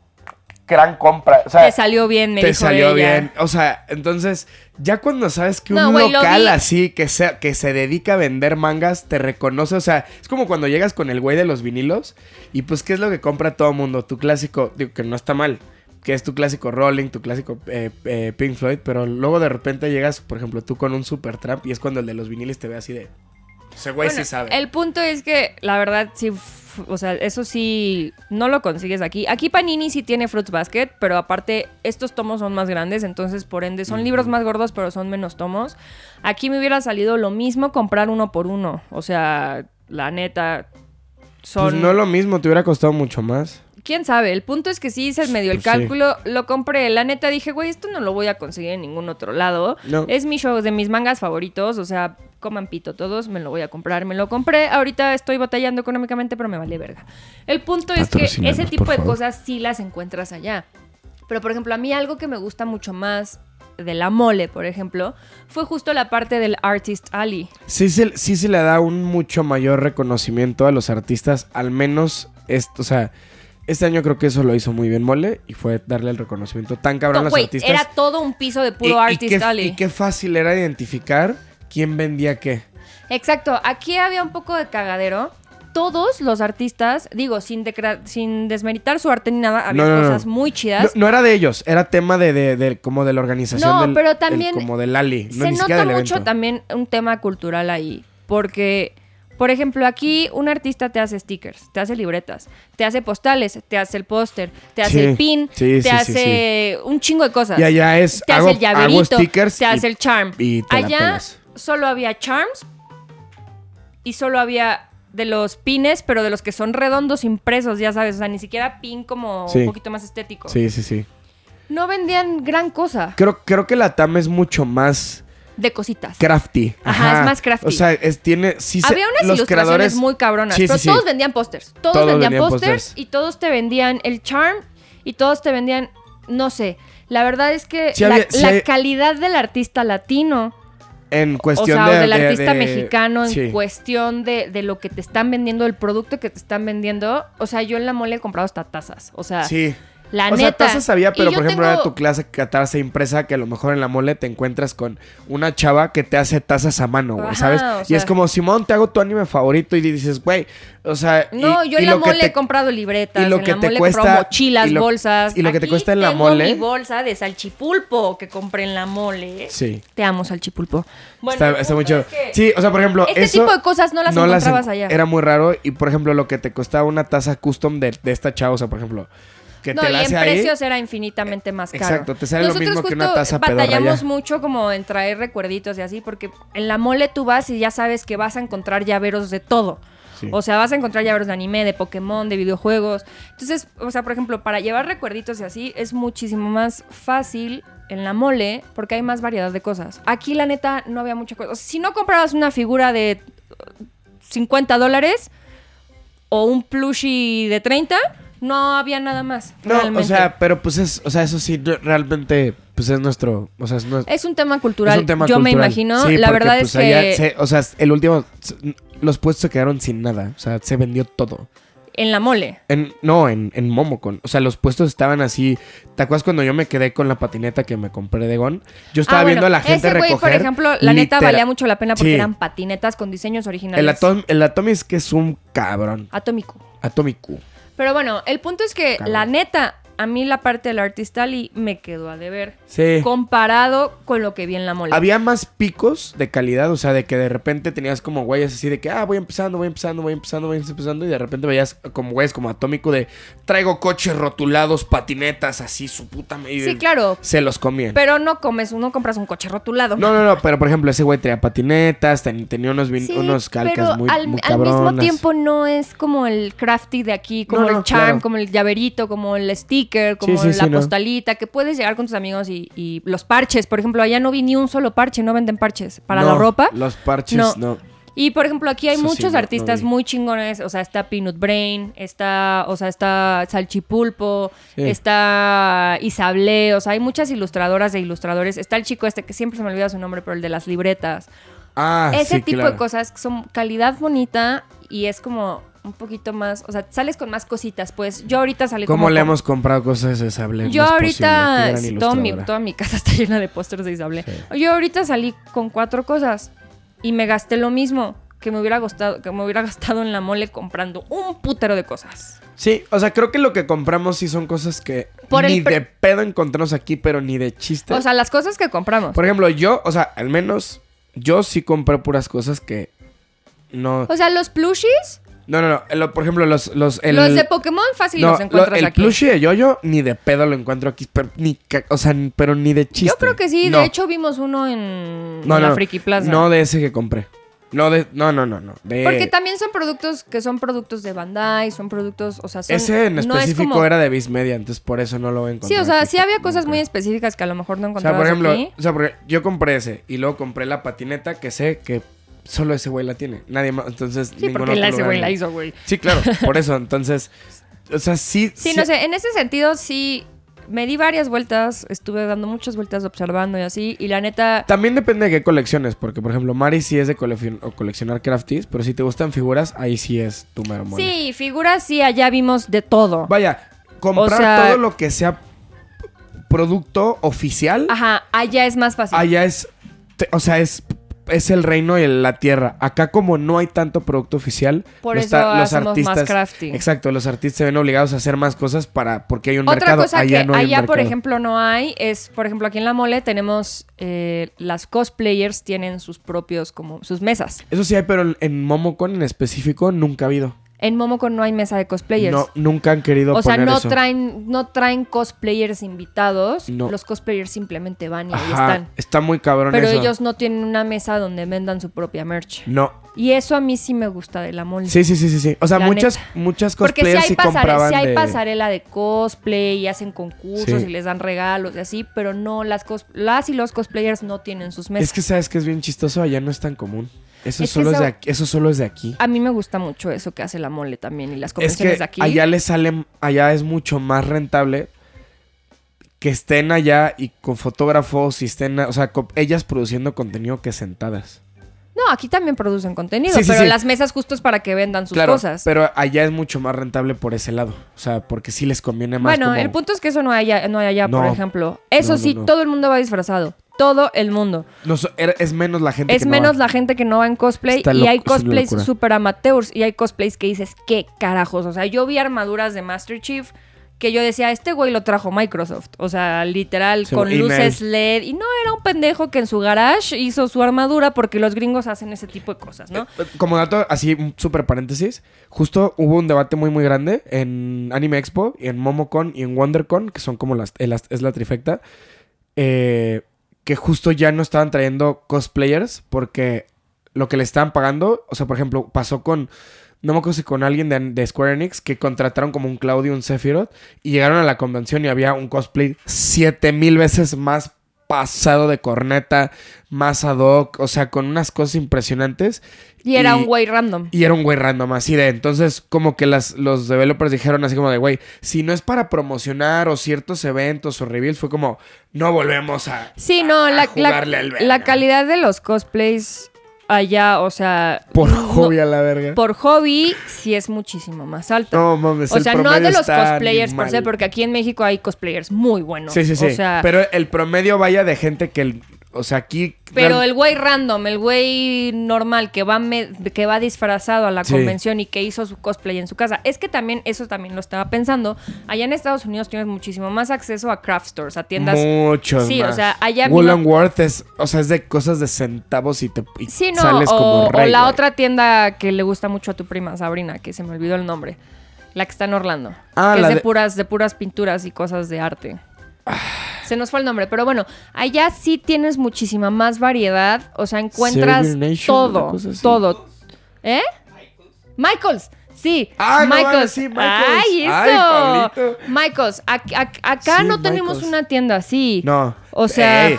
C: gran compra." O sea,
B: te salió bien, me
C: te
B: dijo
C: salió
B: ella.
C: bien. O sea, entonces, ya cuando sabes que
B: No,
C: un
B: güey, lo
C: local
B: vi.
C: así que se, que se dedica a vender mangas te reconoce. O sea, es como cuando llegas con el güey de los vinilos y pues, ¿qué es lo que compra todo mundo? Tu clásico, digo, que no está mal. Que es tu clásico Rolling, tu clásico eh, eh, Pink Floyd, pero luego de repente llegas, por ejemplo, tú con un Super Trump y es cuando el de los viniles te ve así de. Ese güey
B: Bueno,
C: sí sabe.
B: El punto es que, la verdad, sí. f- O sea, eso sí, no lo consigues aquí. Aquí Panini sí tiene Fruits Basket, pero aparte, estos tomos son más grandes, entonces por ende son libros más gordos, pero son menos tomos. Aquí me hubiera salido lo mismo comprar uno por uno. O sea, la neta, son.
C: Pues no lo mismo, te hubiera costado mucho más.
B: Quién sabe, el punto es que sí hice medio el
C: Pues sí.
B: cálculo, lo compré. La neta dije, güey, esto no lo voy a conseguir en ningún otro lado.
C: No.
B: Es mi show de mis mangas favoritos, o sea, coman pito todos, me lo voy a comprar, me lo compré. Ahorita estoy batallando económicamente, pero me vale verga. El punto es que
C: Patrocínanos,
B: ese tipo
C: por
B: de
C: favor.
B: cosas sí las encuentras allá. Pero por ejemplo, a mí algo que me gusta mucho más de la mole, por ejemplo, fue justo la parte del Artist Alley.
C: Sí se, sí se le da un mucho mayor reconocimiento a los artistas, al menos esto, o sea, este año creo que eso lo hizo muy bien Mole y fue darle el reconocimiento tan cabrón a los
B: Güey,
C: artistas.
B: era todo un piso de puro
C: y, y
B: Artist
C: qué,
B: Alley.
C: y qué fácil era identificar quién vendía qué.
B: Exacto, aquí había un poco de cagadero. Todos los artistas, digo, sin, decra- sin desmeritar su arte ni nada, había
C: No, no, no.
B: cosas muy
C: No,
B: chidas.
C: no era de ellos, era tema de, de- de- como de la organización
B: No,
C: del,
B: pero
C: del-
B: también
C: como del Ali, no,
B: Se
C: ni siquiera
B: nota
C: del
B: mucho
C: evento.
B: también un tema cultural ahí, porque, por ejemplo, aquí un artista te hace stickers, te hace libretas, te hace postales, te hace el póster, te hace
C: Sí,
B: el pin,
C: sí,
B: te
C: sí, sí,
B: hace un chingo de cosas.
C: Y allá es
B: te
C: hago,
B: hace el llaverito,
C: hago stickers
B: te
C: y-
B: hace el charm.
C: y te la
B: Allá
C: pelas.
B: solo había charms y solo había de los pines, pero de los que son redondos impresos, ya sabes, o sea, ni siquiera pin como
C: Sí.
B: un poquito más estético.
C: Sí, sí, sí.
B: No vendían gran cosa
C: Creo, creo que la TAM es mucho más
B: de cositas.
C: crafty.
B: Ajá, es más crafty.
C: O sea, es, tiene. Sí, se-
B: había unas
C: los
B: ilustraciones
C: creadores-
B: muy cabronas,
C: Sí,
B: pero
C: sí, sí.
B: todos vendían pósters, todos,
C: Todos
B: vendían
C: vendían
B: pósters
C: pósters.
B: y todos te vendían el charm y todos te vendían, no sé, la verdad es que
C: Sí
B: la,
C: había- sí
B: la
C: había-
B: calidad del artista latino
C: En
B: O
C: cuestión
B: sea, o
C: de-
B: del
C: de-
B: artista
C: de-
B: mexicano en
C: sí.
B: cuestión de, de lo que te están vendiendo, el producto que te están vendiendo. O sea, yo en la mole he comprado hasta tazas. O sea,
C: Sí.
B: la
C: o
B: neta.
C: sea, tazas había,
B: Y
C: pero
B: yo
C: por ejemplo, era
B: tengo-
C: tu clase catarse impresa que a lo mejor en la mole te encuentras con una chava que te hace tazas a mano, güey,
B: Ajá,
C: ¿sabes?
B: o
C: Y
B: sea-
C: es como, Simón, te hago tu anime favorito y dices, güey, o sea. y-
B: No, yo
C: y
B: en la
C: lo que
B: mole
C: te-
B: he comprado libretas,
C: y lo
B: en
C: que
B: la
C: te
B: mole he comprado
C: cuesta-
B: mochilas,
C: y lo-
B: bolsas.
C: y lo que te
B: Aquí
C: cuesta en la
B: tengo
C: mole-
B: mi bolsa de salchipulpo que compré en la mole.
C: Sí.
B: Te amo, salchipulpo. Bueno, el
C: está, está muy
B: punto
C: chido.
B: es que-
C: Sí, o sea, por ejemplo,
B: Este
C: eso
B: tipo de cosas no las encontrabas
C: en-
B: allá.
C: Era muy raro. Y por ejemplo, lo que te costaba una taza custom de, de esta chava, o sea, por ejemplo, que
B: No,
C: te
B: y
C: la
B: en
C: hace ahí.
B: precios era infinitamente más caro.
C: Exacto, te sale lo
B: Nosotros
C: mismo que una
B: justo
C: taza pedorra
B: batallamos
C: ya.
B: mucho como en traer recuerditos y así, porque en la mole tú vas y ya sabes que vas a encontrar llaveros de todo.
C: Sí.
B: O sea, vas a encontrar llaveros de anime, de Pokémon, de videojuegos. Entonces, o sea, por ejemplo, para llevar recuerditos y así es muchísimo más fácil en la mole porque hay más variedad de cosas. Aquí la neta no había mucha cosa. O sea, si no comprabas una figura de eh, 50 dólares o un plushie de 30, no había nada más.
C: No,
B: realmente.
C: o sea, pero pues es, o sea, eso sí, re- realmente, pues es nuestro, o sea, es nuestro.
B: es un tema cultural.
C: Es un tema
B: yo me
C: cultural.
B: imagino,
C: Sí,
B: la
C: porque,
B: verdad
C: pues,
B: es que
C: allá se- o sea, el último. se- Los puestos se quedaron sin nada. O sea, se vendió todo.
B: En la mole.
C: En, no, en, en Momocon. O sea, los puestos estaban así. ¿Te acuerdas cuando yo me quedé con la patineta que me compré de Gon? Yo estaba
B: Ah, bueno,
C: viendo a la gente
B: Ese güey,
C: recoger.
B: por ejemplo, la neta
C: literal-
B: valía mucho la pena porque
C: Sí.
B: eran patinetas con diseños originales.
C: El, atom, el Atomi es que es un cabrón.
B: Atómico.
C: Atomicu.
B: Pero bueno, el punto es que
C: Cabrón.
B: la neta, a mí la parte del artista Lee me quedó a deber.
C: Sí.
B: Comparado con lo que vi en la mole.
C: Había más picos de calidad, o sea, de que de repente tenías como güeyes así de que, ah, voy empezando, voy empezando, voy empezando, voy empezando, y de repente veías como güeyes como atómico de traigo coches rotulados, patinetas, así, su puta medio.
B: Sí, claro.
C: Se los comían.
B: Pero no comes, no compras un coche rotulado.
C: No, no, no, pero por ejemplo, ese güey traía patinetas, ten- tenía unos, vin-
B: Sí,
C: unos calcas
B: pero
C: muy,
B: al,
C: muy
B: al mismo
C: cabronas.
B: tiempo no es como el crafty de aquí, como
C: No, no,
B: el charm,
C: claro.
B: como el llaverito, como el sticker, como
C: Sí, sí,
B: la
C: sí, no.
B: postalita, que puedes llegar con tus amigos y, y los parches. Por ejemplo, allá no vi ni un solo parche, no venden parches para la
C: No,
B: ropa.
C: Los parches,
B: No.
C: no.
B: Y por ejemplo, aquí hay
C: Eso sí,
B: muchos
C: no- no
B: artistas
C: vi.
B: muy chingones. O sea, está Peanut Brain, está, o sea, está Salchipulpo,
C: Sí.
B: está Isable, o sea, hay muchas ilustradoras e ilustradores. Está el chico este que siempre se me olvida su nombre, pero el de las libretas.
C: Ah,
B: Ese
C: sí,
B: tipo
C: claro.
B: de cosas que son calidad bonita y es como un poquito más, o sea, sales con más cositas. Pues yo ahorita salí
C: ¿Cómo
B: como
C: le
B: con-
C: hemos comprado cosas de sable?
B: yo
C: No es posible, qué
B: ahorita,
C: gran
B: sí, todo mi-
C: ilustradora.
B: toda mi casa está llena de pósters de Isabel. Yo ahorita salí con cuatro cosas y me gasté lo mismo que me hubiera gastado, que me hubiera gastado en la mole comprando un putero de cosas.
C: Sí, o sea, creo que lo que compramos sí son cosas que
B: Por el
C: ni
B: pre-
C: de pedo encontramos aquí, pero ni de chiste.
B: O sea, las cosas que compramos.
C: Por ejemplo, yo, o sea, al menos yo sí compré puras cosas que no.
B: O sea, los plushies,
C: No, no, no. lo- por ejemplo, los. Los, el,
B: los de Pokémon fácil
C: no,
B: los
C: lo-
B: encuentras
C: el
B: aquí.
C: plushie de Yoyo ni de pedo lo encuentro aquí, pero ni, ca- o sea, ni- pero ni de chiste.
B: Yo creo que sí,
C: No,
B: de hecho vimos uno en,
C: no,
B: en la
C: no,
B: Friki Plaza.
C: No de ese que compré. No de, no, no, no, no. de-
B: porque también son productos que son productos de Bandai, son productos, o sea, son,
C: ese en
B: no es
C: específico
B: como-
C: era de Viz Media, entonces por eso no lo voy a
B: Sí,
C: encontrar.
B: o sea,
C: aquí,
B: sí había cosas muy
C: nunca.
B: específicas que a lo mejor no
C: O sea,
B: encontrabas
C: por ejemplo,
B: aquí.
C: o sea, porque yo compré ese y luego compré la patineta que sé que solo ese güey la tiene. Nadie más. Entonces,
B: Sí,
C: ningún
B: porque
C: otro
B: la ese
C: lugar
B: güey
C: no.
B: la hizo, güey.
C: Sí, claro, por eso. Entonces, o sea, sí.
B: Sí, no sé, en ese sentido sí me di varias vueltas, estuve dando muchas vueltas observando y así, y la neta,
C: También depende de qué colecciones, porque por ejemplo, Mari sí es de coleccion- o coleccionar crafties, pero si te gustan figuras, ahí sí es tu mero mole.
B: sí, figuras sí, allá vimos de todo.
C: Vaya, comprar
B: O sea-
C: todo lo que sea producto oficial,
B: Ajá, allá es más fácil.
C: allá es, te- o sea, es es el reino y el- la tierra. Acá como no hay tanto producto oficial,
B: Por
C: los
B: eso
C: ta- los
B: hacemos más
C: artistas,
B: crafting.
C: exacto, los artistas se ven obligados a hacer más cosas para porque hay un
B: Otra
C: mercado.
B: cosa
C: allá
B: que
C: no hay un
B: allá, por
C: mercado.
B: ejemplo, no hay es, por ejemplo, aquí en la mole tenemos eh, las cosplayers tienen sus propios, como sus mesas.
C: Eso sí hay, pero en- en Momocon en específico nunca ha habido.
B: En Momocon no hay mesa de cosplayers.
C: No, nunca han querido
B: O sea,
C: poner
B: no
C: eso.
B: traen, no traen cosplayers invitados.
C: No.
B: Los cosplayers simplemente van y ahí
C: Ajá,
B: están.
C: está muy cabrón
B: Pero
C: eso.
B: ellos no tienen una mesa donde vendan su propia merch.
C: No.
B: Y eso a mí sí me gusta de la mole.
C: Sí, sí, sí, sí, sí. O sea,
B: La
C: muchas,
B: neta.
C: muchas
B: Porque si
C: cosplayers
B: hay,
C: sí
B: pasare-
C: compraban
B: sí hay
C: de-
B: pasarela de cosplay y hacen concursos
C: Sí.
B: y les dan regalos y así, pero no, las, cos- las y los cosplayers no tienen sus mesas.
C: Es que sabes que es bien chistoso, allá no es tan común. Eso
B: Es que
C: solo es
B: eso-
C: de aquí. Eso solo es de aquí.
B: A mí me gusta mucho eso que hace la mole también y las
C: Es
B: convenciones
C: que
B: de aquí.
C: allá les sale, allá es mucho más rentable que estén allá y con fotógrafos y estén, o sea, con- ellas produciendo contenido que sentadas.
B: No, aquí también producen contenido,
C: Sí, sí,
B: pero
C: sí.
B: las mesas justo es para que vendan sus
C: claro,
B: cosas.
C: pero allá es mucho más rentable por ese lado, o sea, porque sí les conviene más.
B: Bueno,
C: como-
B: el punto es que eso no hay allá, no hay allá por
C: No.
B: ejemplo. Eso
C: No, no,
B: sí,
C: no.
B: todo el mundo va disfrazado. Todo el mundo.
C: No, so- er- es menos la gente.
B: Es
C: que no
B: menos
C: va.
B: la gente que no va en cosplay
C: Está
B: y
C: loco,
B: hay
C: es una
B: cosplays
C: locura.
B: super amateurs y hay cosplays que dices, ¿qué carajos? O sea, yo vi armaduras de Master Chief que yo decía, este güey lo trajo Microsoft. O sea, literal,
C: Sí,
B: con
C: y
B: luces
C: Nel.
B: LED. Y no era un pendejo que en su garage hizo su armadura porque los gringos hacen ese tipo de cosas, ¿no?
C: Eh, Como dato, así, un súper paréntesis, justo hubo un debate muy, muy grande en Anime Expo, y en Momocon y en WonderCon, que son como las, eh, las- es la trifecta, eh, que justo ya no estaban trayendo cosplayers porque lo que le estaban pagando, o sea, por ejemplo, pasó con, no me acuerdo si con alguien de, de Square Enix, que contrataron como un Claudio, un Sephiroth, y llegaron a la convención y había un cosplay siete mil veces más pasado de corneta, más ad hoc, o sea, con unas cosas impresionantes.
B: Y era
C: Y-
B: un güey random.
C: Y era un güey random así de. Entonces, como que las, los developers dijeron así como de, güey, si no es para promocionar o ciertos eventos o reveals, fue como, no volvemos a.
B: Sí,
C: a-
B: no,
C: a
B: la, la-
C: jugarle al verga".
B: la calidad de los cosplays allá, o sea.
C: Por
B: no-
C: hobby a la verga.
B: Por hobby, sí es muchísimo más alto.
C: No mames,
B: o
C: el
B: sea, no
C: promedio
B: de los
C: está
B: cosplayers por
C: animal.
B: ser, porque aquí en México hay cosplayers muy buenos.
C: Sí, sí, sí.
B: O sea, pero,
C: pero el promedio vaya de gente que el. O sea, aquí.
B: el güey random, el güey normal que va, me- que va disfrazado a la
C: Sí.
B: convención y que hizo su cosplay en su casa. Es que también, eso también lo estaba pensando. Allá en Estados Unidos tienes muchísimo más acceso a craft stores, a tiendas.
C: Mucho.
B: Sí, o
C: más.
B: sea, allá mismo-
C: Woolworth es. O sea, es de cosas de centavos y te. y
B: Sí, no,
C: sales
B: o,
C: como
B: o
C: rey,
B: la
C: güey.
B: otra tienda que le gusta mucho a tu prima, Sabrina, que se me olvidó el nombre. La que está en Orlando.
C: Ah,
B: que es
C: la
B: de,
C: de-
B: puras, de puras pinturas y cosas de arte. Se nos fue el nombre, pero bueno, allá sí tienes muchísima más variedad. O sea, encuentras
C: Savior Nation, una
B: todo.
C: cosa así.
B: Todo. ¿Eh? Michaels. Sí,
C: Ah, no
B: Michaels.
C: mames, sí, Michaels.
B: Ay, eso.
C: Ay, Pablito.
B: Michaels, ac- ac- acá
C: Sí,
B: no tenemos
C: Michaels.
B: una tienda así.
C: No.
B: O sea,
C: Ey,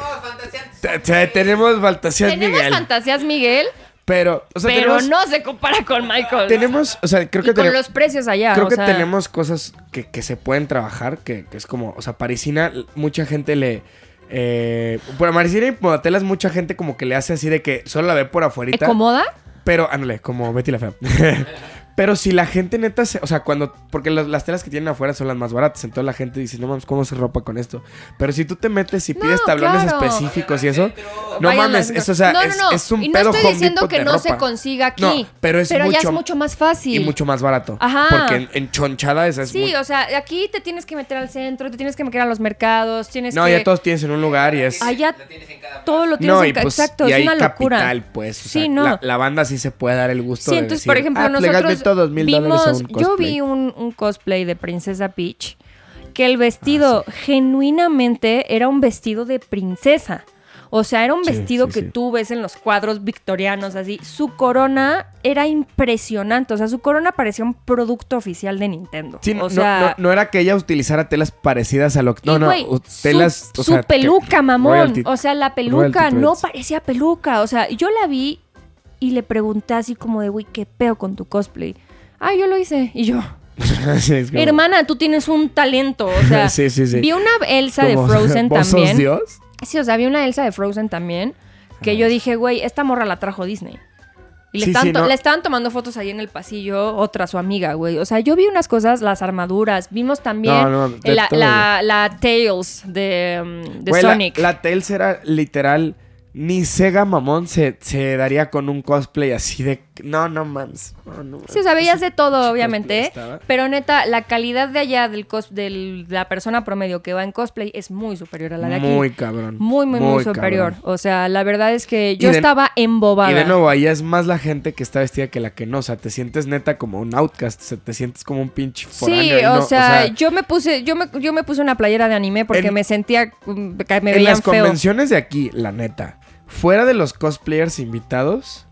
C: te- te- tenemos fantasías,
B: tenemos
C: Miguel.
B: fantasías, Miguel,
C: pero. O sea,
B: pero
C: tenemos,
B: no se compara con Michaels.
C: Tenemos. O sea, creo
B: Y
C: que
B: con
C: tenemos.
B: los precios allá.
C: Creo
B: o
C: que
B: sea,
C: tenemos cosas que, que se pueden trabajar, que, que es como, o sea, Parisina, l- mucha gente le... Eh, bueno, Parisina y Modatelas, mucha gente como que le hace así de que solo la ve por afuerita.
B: ¿Acomoda?
C: Pero, ándale, como Betty la Fea. pero si la gente neta se... O sea, cuando... Porque las- las telas que tienen afuera son las más baratas, entonces la gente dice, no mames, ¿cómo se ropa con esto? Pero si tú te metes y pides
B: No,
C: tablones
B: claro.
C: específicos y eso... No
B: Vayan
C: mames,
B: al-
C: eso, o sea,
B: no, no,
C: es,
B: no.
C: es un
B: Y
C: pedo
B: no estoy
C: Home
B: diciendo
C: Depot
B: que
C: de
B: no se
C: ropa.
B: consiga aquí.
C: No, pero es
B: ya es
C: mucho-
B: mucho más fácil.
C: Y mucho más barato.
B: Ajá.
C: Porque en, en chonchada es, es
B: Sí,
C: muy-
B: o sea, aquí te tienes que meter al centro, te tienes que meter a los mercados, tienes
C: No,
B: que...
C: ya todos tienes en un lugar y es...
B: Allá todo lo tienes
C: no,
B: en
C: y
B: ca-
C: pues,
B: Exacto,
C: y
B: es
C: hay
B: una locura.
C: capital, pues. o sea,
B: Sí, no.
C: La, la banda sí se puede dar el gusto
B: Sí,
C: de
B: entonces,
C: decir,
B: por ejemplo,
C: "Ah, plegadme
B: nosotros
C: todos mil dólares a
B: vimos,
C: un
B: yo
C: cosplay". Ah,
B: vi un, un cosplay de Princesa Peach que el vestido genuinamente era un vestido de princesa. O sea, era un
C: Sí,
B: vestido
C: sí,
B: que
C: sí.
B: tú ves en los cuadros victorianos, así. Su corona era impresionante. O sea, su corona parecía un producto oficial de Nintendo.
C: Sí, no,
B: o sea,
C: no, no, no era que ella utilizara telas parecidas a lo que...
B: y,
C: No, no,
B: güey,
C: u-
B: su-
C: telas...
B: Su,
C: o sea, que-
B: peluca, mamón.
C: royalty.
B: o sea, la
C: royalty
B: peluca
C: credits.
B: no parecía peluca. O sea, yo la vi y le pregunté así como de, güey, qué peo con tu cosplay. Ah, yo lo hice. Y yo,
C: Sí, es como-
B: hermana, tú tienes un talento. O sea,
C: Sí, sí, sí.
B: vi una Elsa de
C: como,
B: Frozen
C: ¿vos sos
B: también.
C: Dios?
B: Sí, o sea, vi una Elsa de Frozen también. Que yo dije, güey, esta morra la trajo Disney. Y le,
C: Sí,
B: estaban
C: sí,
B: to-
C: no.
B: le estaban tomando fotos ahí en el pasillo, otra su amiga, güey. O sea, yo vi unas cosas, las armaduras, vimos también
C: No, no, de
B: la,
C: todo,
B: la, la Tails de, mm, de
C: Güey, la-
B: Sonic.
C: La, Tails era literal... Ni Sega mamón se, se daría con un cosplay así de... No, no, mames. No, no,
B: Sí, o sea, veías de todo,
C: cosplay
B: obviamente.
C: estaba.
B: Pero neta, la calidad de allá del cos de la persona promedio que va en cosplay es muy superior a la de aquí.
C: Muy cabrón.
B: muy, muy, muy superior.
C: cabrón.
B: O sea, la verdad es que yo
C: de-
B: estaba embobada.
C: Y de nuevo, ahí es más la gente que está vestida que la que no. O sea, te sientes neta como un outcast. se- te sientes como un pinche
B: Sí,
C: foráneo. y
B: o,
C: no-
B: sea, yo me puse, yo me, yo me puse una playera de anime porque
C: En-
B: me sentía mm, que me
C: en
B: veían
C: las
B: feo.
C: convenciones de aquí, la neta, fuera de los cosplayers invitados,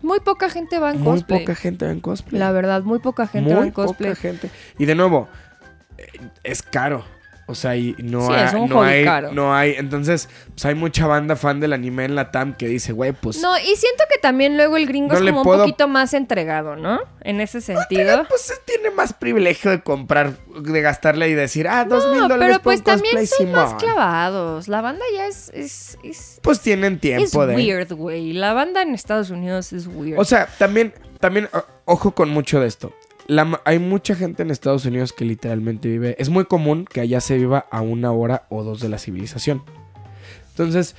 B: Muy poca gente va en
C: muy
B: cosplay.
C: poca gente va en cosplay.
B: La verdad, muy poca gente va
C: muy
B: en cosplay.
C: poca gente. Y de nuevo, eh, es caro. O sea, y no,
B: Sí,
C: hay,
B: es un
C: no
B: hobby
C: hay,
B: caro.
C: no hay, entonces, pues hay mucha banda fan del anime en la TAM que dice, güey, pues,
B: No, y siento que también luego el gringo
C: No
B: es
C: le
B: como
C: puedo-
B: un poquito más entregado, ¿no? En ese sentido.
C: pues tiene más privilegio de comprar, de gastarle y decir, ah, dos mil
B: No,
C: dólares
B: pero
C: por
B: pues
C: un cosplay,
B: también son más
C: Simón".
B: clavados. La banda ya es. Es, es,
C: Pues tienen
B: es
C: tiempo de.
B: weird, güey. La banda en Estados Unidos es weird.
C: O sea, también, también, o- ojo con mucho de esto. La ma- hay mucha gente en Estados Unidos que literalmente vive. Es muy común que allá se viva a una hora o dos de la civilización. Entonces,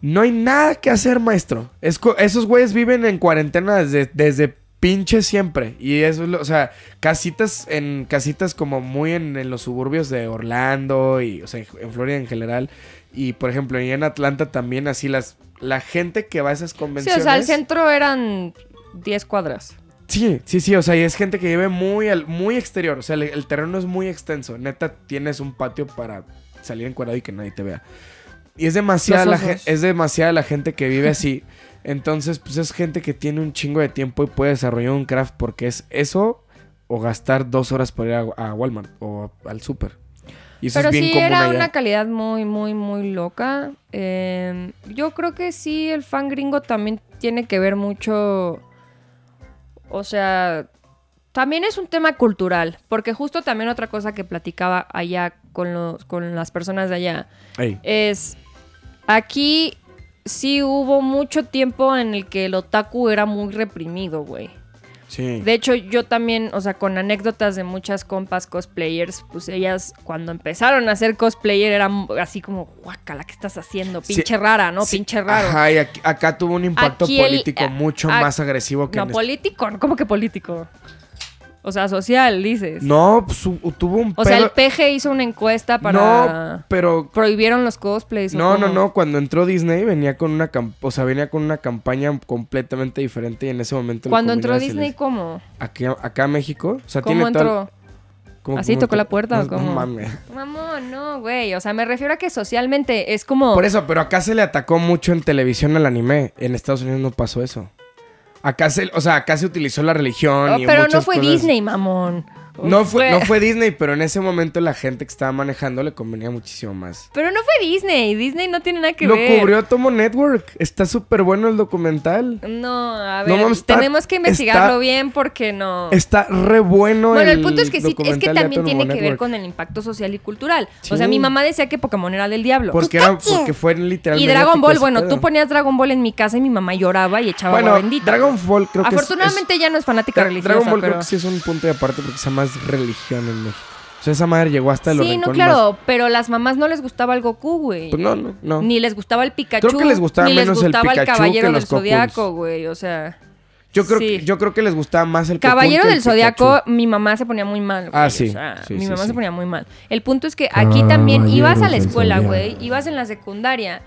C: no hay nada que hacer, maestro. Es co- esos güeyes viven en cuarentena desde, desde pinche siempre. Y eso es, lo- o sea, casitas en casitas como muy en, en los suburbios de Orlando y, o sea, en Florida en general. Y, por ejemplo, y en Atlanta también, así las. La gente que va a esas
B: sí,
C: convenciones.
B: o sea, el centro eran 10 cuadras.
C: Sí, sí, sí, o sea, y es gente que vive muy, al- muy exterior, o sea, el, el terreno es muy extenso, neta, tienes un patio para salir encuadrado y que nadie te vea. Y es demasiada,
B: Los
C: la,
B: osos.
C: gen- es demasiada la gente que vive así, entonces, pues es gente que tiene un chingo de tiempo y puede desarrollar un craft porque es eso o gastar dos horas por ir a, a Walmart o al súper. Y eso
B: Pero
C: es bien
B: sí,
C: común
B: era
C: allá.
B: una calidad muy, muy, muy loca. Eh, yo creo que sí, el fan gringo también tiene que ver mucho. O sea, también es un tema cultural. Porque justo también otra cosa que platicaba allá con, los, con las personas de allá
C: Ey,
B: es. Aquí sí hubo mucho tiempo en el que el otaku era muy reprimido, güey.
C: Sí.
B: De hecho, yo también, o sea, con anécdotas de muchas compas cosplayers, pues ellas cuando empezaron a ser cosplayer eran así como, guácala, ¿qué estás haciendo?
C: Sí,
B: Pinche rara, ¿no?
C: Sí,
B: Pinche raro.
C: Ajá, y aquí- acá tuvo un impacto
B: Aquí el-
C: político
B: a-
C: mucho
B: a-
C: más agresivo que
B: No,
C: en este-
B: político, ¿cómo que político? O sea, social, dices.
C: No, pues, hu- tuvo un
B: o sea, el
C: pedo-
B: PG hizo una encuesta
C: No,
B: para...
C: pero
B: Prohibieron los cosplays. ¿o
C: No, no,
B: cómo?
C: no. Cuando entró Disney venía con una cam- o sea, venía con una campaña completamente diferente y en ese momento. lo
B: Cuando entró
C: combinaba, se
B: Disney,
C: les-
B: ¿cómo?
C: Aquí, acá a México. O sea,
B: ¿Cómo
C: tiene todo el-
B: entró?
C: ¿Cómo-
B: ¿Así
C: cómo
B: tocó
C: entró?
B: la puerta o
C: No, no
B: cómo?
C: mames.
B: Mamón, no, güey. O sea, me refiero a que socialmente es como...
C: Por eso, pero acá se le atacó mucho en televisión al anime. En Estados Unidos no pasó eso. Acá se, o sea, acá se utilizó la religión.
B: Oh,
C: y
B: pero no
C: muchas
B: fue
C: cosas.
B: Disney, mamón.
C: No fue, no fue Disney, pero en ese momento la gente que estaba manejando le convenía muchísimo más.
B: Pero no fue Disney. Disney no tiene nada que
C: Lo
B: ver.
C: cubrió Tomo Network. Está súper bueno el documental.
B: No, a
C: No,
B: ver,
C: mames, está-
B: tenemos que investigarlo
C: está-
B: bien porque no.
C: Está re bueno
B: bueno, el punto es que sí, es que
C: documental de
B: también
C: Atomo
B: tiene que ver
C: Network.
B: con el impacto social y cultural. O
C: Sí.
B: sea, mi mamá decía que Pokémon era del diablo.
C: Porque, era, porque fue literalmente.
B: y Dragon Ball, bueno, tú ponías Dragon Ball en mi casa y mi mamá lloraba y echaba
C: Bueno,
B: agua bendita.
C: Dragon Ball creo que es-
B: Afortunadamente
C: es-
B: ya no es fanática
C: Dra-
B: religiosa,
C: Dragon Ball creo
B: pero...
C: que sí es un punto de aparte porque esa más religión en México. O sea, esa madre llegó hasta el
B: Sí, no, claro, pero las mamás no les gustaba el Goku, güey.
C: Pues no, no, no.
B: Ni les gustaba el Pikachu.
C: Creo que les gustaba
B: ni les
C: menos el
B: gustaba el,
C: Pikachu
B: Caballero
C: que los
B: del
C: Gokuns.
B: Zodiaco, güey. O sea.
C: yo, creo
B: sí.
C: que, yo creo que les gustaba más el Cocoon
B: Caballero
C: que el
B: del Zodiaco,
C: Pikachu.
B: mi mamá se ponía muy mal.
C: Ah,
B: güey, o
C: sí,
B: sea,
C: sí,
B: mi
C: sí,
B: mamá
C: sí.
B: se ponía muy mal. El punto es que aquí también ibas a la escuela, güey. Ibas en la secundaria.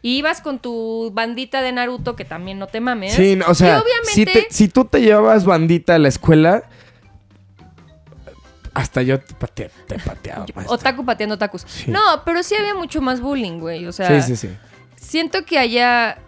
B: Y ibas con tu bandita de Naruto, que también no te mames.
C: Sí, no, o sea,
B: Y obviamente.
C: si, te- si tú te llevabas bandita a la escuela, hasta yo te, patea- te pateaba. maestra.
B: Otaku pateando otakus.
C: pues, Sí.
B: No, pero sí había mucho más bullying, güey. O sea,
C: sí, sí, sí.
B: siento que allá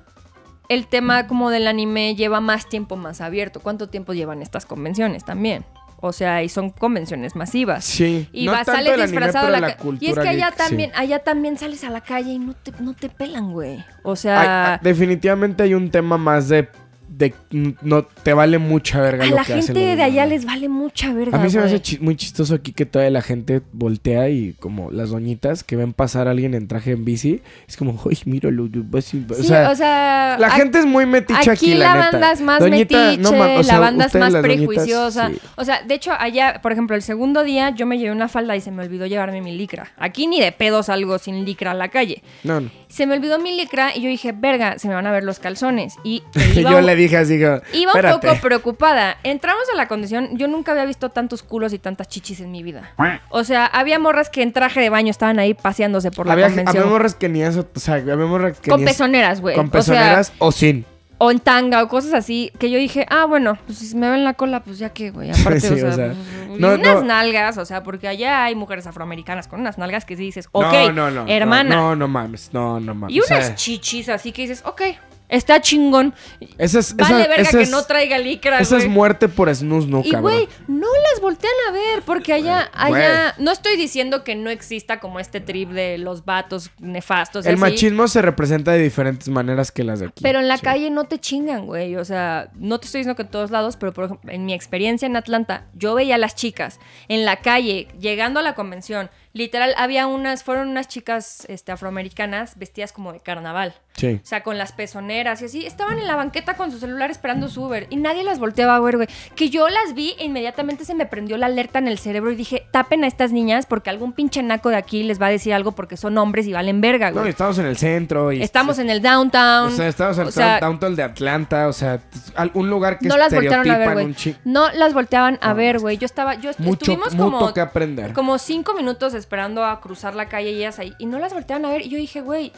B: el tema como del anime lleva más tiempo más abierto. ¿Cuánto tiempo llevan estas convenciones también? O sea, y son convenciones masivas.
C: Sí.
B: Y
C: no
B: vas,
C: tanto
B: sales
C: el anime,
B: disfrazado a
C: pero
B: la, ca-
C: cultura
B: Y es que allá
C: geek, sí.
B: también, allá también sales a la calle y no te, no te pelan, güey. O
C: Hay-
B: sea,
C: ah, definitivamente hay un tema más de, de- no te vale mucha verga
B: a
C: lo
B: la
C: que hacen
B: gente
C: los
B: de
C: demás.
B: allá les vale mucha verga.
C: a mí se me
B: güey.
C: hace chi- muy chistoso aquí que todavía la gente voltea y como las doñitas que ven pasar a alguien en traje en bici, es como, "Ay, míralo, yo voy a decir-". o
B: Sí,
C: sea, la
B: a-
C: gente es muy metiche aquí,
B: Aquí
C: la,
B: la,
C: neta.
B: banda es más
C: Doñita,
B: metiche,
C: no ma- o sea,
B: la banda es
C: ustedes
B: más
C: las doñitas,
B: prejuiciosa.
C: sí.
B: O sea, de hecho, allá, por ejemplo, el segundo día yo me llevé una falda y se me olvidó llevarme mi licra. Aquí ni de pedo salgo sin licra a la calle.
C: No, no.
B: Se me olvidó mi licra y yo dije, verga, se me van a ver los calzones. Y
C: Y
B: iba
C: yo
B: un-
C: le dije así, como,
B: Iba
C: "Espérate".
B: un poco preocupada. Entramos a la condición, yo nunca había visto tantos culos y tantas chichis en mi vida. O sea, había morras que en traje de baño estaban ahí paseándose por la
C: había, había
B: convención.
C: morras que ni eso, o sea, había morras que
B: con
C: ni eso-
B: pezoneras, güey.
C: con
B: O sea,
C: pezoneras o sin.
B: o en tanga o cosas así, que yo dije, ah, bueno, pues si me ven la cola, pues ya que, güey, aparte,
C: Sí,
B: o sea,
C: o sea,
B: pues,
C: no,
B: y unas
C: no.
B: nalgas, o sea, porque allá hay mujeres afroamericanas con unas nalgas que sí dices,
C: No,
B: ok,
C: no, no, no,
B: hermana,
C: No, no, mames, no, no mames.
B: y
C: o
B: unas
C: sea,
B: chichis así que dices, ok, está chingón,
C: Esa es, esa-
B: vale verga
C: esa
B: que
C: es-
B: no traiga licra,
C: Esa es
B: güey.
C: muerte por snus, no,
B: Y
C: cabrón.
B: güey, no las voltean a ver, porque allá,
C: Güey.
B: allá, no estoy diciendo que no exista como este trip de los vatos nefastos. y
C: el
B: así,
C: machismo se representa de diferentes maneras que las de aquí.
B: Pero en la
C: sí.
B: calle no te chingan, güey. O sea, no te estoy diciendo que en todos lados, pero por ejemplo, en mi experiencia en Atlanta, yo veía a las chicas en la calle, llegando a la convención. Literal, había unas, fueron unas chicas este, afroamericanas vestidas como de carnaval.
C: Sí.
B: O sea, con las pezoneras y así. Estaban en la banqueta con su celular esperando su Uber y nadie las volteaba a ver, güey. Que yo las vi e inmediatamente se me prendió la alerta en el cerebro y dije, tapen a estas niñas porque algún pinche naco de aquí les va a decir algo porque son hombres y valen verga,
C: No,
B: güey.
C: y estamos en el centro y
B: Estamos en el downtown.
C: o sea, estamos en
B: o
C: el
B: sea,
C: downtown de Atlanta, o sea, al- un lugar que
B: no las voltearon a ver,
C: estereotipan
B: güey.
C: un chico.
B: No las volteaban a
C: No,
B: ver, güey. Yo estaba, yo est-
C: Mucho,
B: estuvimos
C: mucho
B: como,
C: que aprender.
B: como cinco minutos esperando a cruzar la calle y ellas ahí. Y no las volteaban a ver. Y yo dije, güey,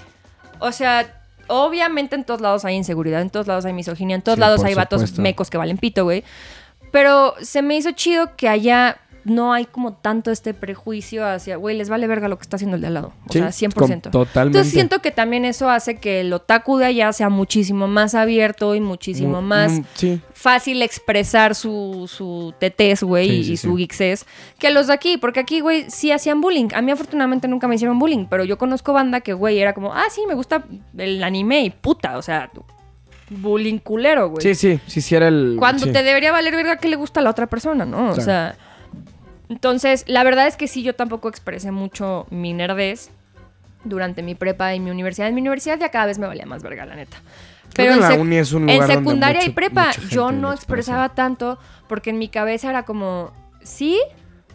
B: o sea, obviamente en todos lados hay inseguridad, en todos lados hay misoginia, en todos
C: Sí,
B: lados
C: por
B: hay vatos
C: supuesto.
B: mecos que valen pito, güey. Pero se me hizo chido que allá no hay como tanto este prejuicio hacia, güey, les vale verga lo que está haciendo el de al lado. O
C: Sí,
B: sea, 100%.
C: com- totalmente.
B: Entonces siento que también eso hace que el otaku de allá sea muchísimo más abierto y muchísimo
C: Mm,
B: más
C: mm, sí.
B: fácil expresar su, su tetés, güey,
C: Sí,
B: y,
C: sí,
B: y su
C: sí.
B: geekses que los de aquí, porque aquí, güey, sí hacían bullying. A mí afortunadamente nunca me hicieron bullying, pero yo conozco banda que, güey, era como, ah, sí, me gusta el anime y puta, o sea, bullying culero, güey.
C: Sí, sí, sí, sí era el
B: Cuando
C: sí.
B: te debería valer verga que le gusta a la otra persona, ¿no? O
C: Claro.
B: sea, entonces, la verdad es que sí, yo tampoco expresé mucho mi nerdez. durante mi prepa y mi universidad. En mi universidad ya cada vez me valía más verga, la neta.
C: Creo que
B: en
C: la
B: sec-
C: uni es un
B: en
C: lugar donde
B: secundaria y
C: mucho-
B: prepa
C: mucha gente
B: yo
C: lo
B: no
C: expresa.
B: expresaba tanto porque en mi cabeza era como, sí,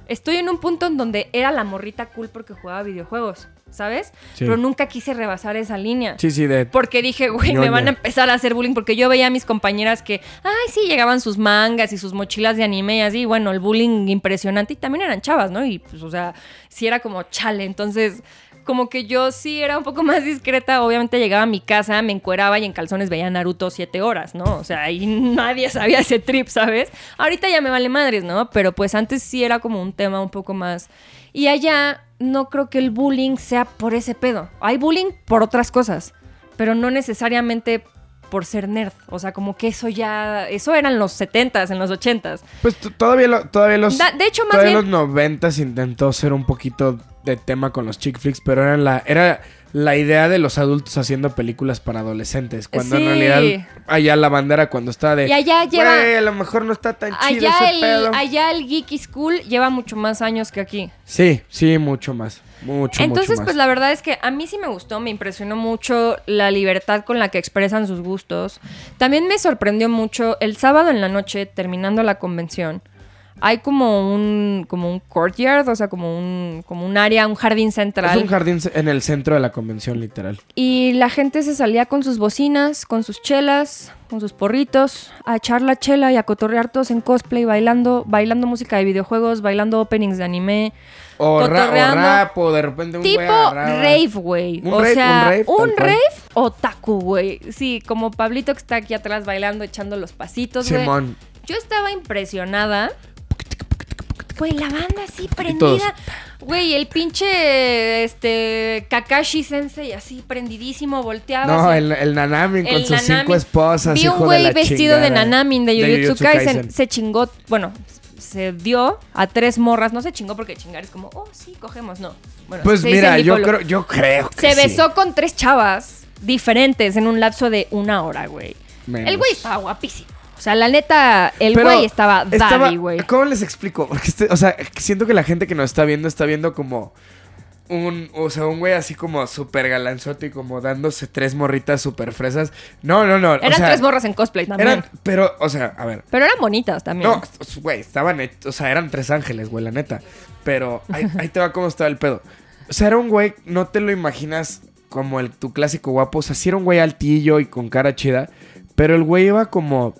B: estoy en un punto en donde era la morrita cool porque jugaba videojuegos, ¿sabes?
C: Sí.
B: Pero nunca quise rebasar esa línea.
C: Sí, sí, de...
B: Porque dije, güey, me
C: Ñoña.
B: van a empezar a hacer bullying. Porque yo veía a mis compañeras que, ay, sí, llegaban sus mangas y sus mochilas de anime y así. Bueno, el bullying impresionante. Y también eran chavas, ¿no? Y pues, o sea, sí era como chale. Entonces, como que yo sí era un poco más discreta. Obviamente llegaba a mi casa, me encueraba y en calzones veía Naruto siete horas, ¿no? O sea, y nadie sabía ese trip, ¿sabes? Ahorita ya me vale madres, ¿no? Pero pues antes sí era como un tema un poco más. Y allá no creo que el bullying sea por ese pedo. Hay bullying por otras cosas pero no necesariamente por ser nerd. O sea, como que eso ya. Eso eran los 70s, en los 80s.
C: Pues t- todavía, lo- todavía los...
B: Da- de hecho, más
C: todavía
B: bien.
C: los noventas intentó ser un poquito de tema con los chick flicks, pero eran la, era la idea de los adultos haciendo películas para adolescentes. Cuando
B: Sí.
C: en realidad allá la bandera cuando está de...
B: Y allá lleva-
C: "Güey, a lo mejor no está tan chido
B: Allá
C: ese
B: el,
C: pedo.
B: allá el Geeky School lleva mucho más años que aquí.
C: Sí, sí, mucho más. Mucho,
B: Entonces,
C: mucho más.
B: pues la verdad es que a mí sí me gustó, me impresionó mucho la libertad con la que expresan sus gustos. También me sorprendió mucho el sábado en la noche, terminando la convención. Hay como un, como un courtyard, o sea, como un, como un área, un jardín central.
C: Es un jardín ce- en el centro de la convención, literal.
B: Y la gente se salía con sus bocinas, con sus chelas, con sus porritos, a echar la chela y a cotorrear todos en cosplay, bailando, bailando música de videojuegos, bailando openings de anime.
C: O, ra- o
B: Cotorreando.
C: rap, o de repente un güey
B: tipo
C: agarraba-
B: rave, güey.
C: Un
B: O
C: rave,
B: sea,
C: un rave, tal
B: un
C: cual.
B: rave otaku, güey. Sí, como Pablito que está aquí atrás bailando, echando los pasitos, güey.
C: Simón.
B: Yo estaba impresionada. Güey, la banda así
C: todos.
B: prendida. Güey, el pinche este Kakashi Sensei así prendidísimo, volteaba.
C: No,
B: así.
C: el, el Nanamin con
B: El
C: sus cinco
B: Nanamin.
C: esposas.
B: Vi
C: hijo
B: un güey
C: de la
B: vestido de
C: chingada.
B: Nanamin de Jujutsu, Kaisen.
C: Kaisen.
B: Se chingó, bueno, se dio a tres morras. No se chingó porque chingar es como, oh, sí, cogemos. No. Bueno,
C: Pues
B: se dice en
C: mira,
B: mi
C: yo
B: pueblo.
C: creo, yo creo que
B: Se
C: sí.
B: besó con tres chavas diferentes en un lapso de una hora, güey.
C: Menos.
B: El güey estaba guapísimo. O sea, la neta, el
C: Pero
B: güey estaba daddy, güey.
C: ¿Cómo les explico? Porque, este- o sea, siento que la gente que nos está viendo está viendo como un, o sea, un güey así como súper galanzote y como dándose tres morritas súper fresas. No, no, no. o
B: Eran
C: sea,
B: tres morras en cosplay también.
C: Eran, pero, o sea, a ver.
B: Pero eran bonitas también.
C: No, s- güey, estaban, hech- o sea, eran tres ángeles, güey, la neta. Pero ahí, ahí te va cómo estaba el pedo. O sea, era un güey, no te lo imaginas como el, tu clásico guapo. O sea, sí era un güey altillo y con cara chida. Pero el güey iba como,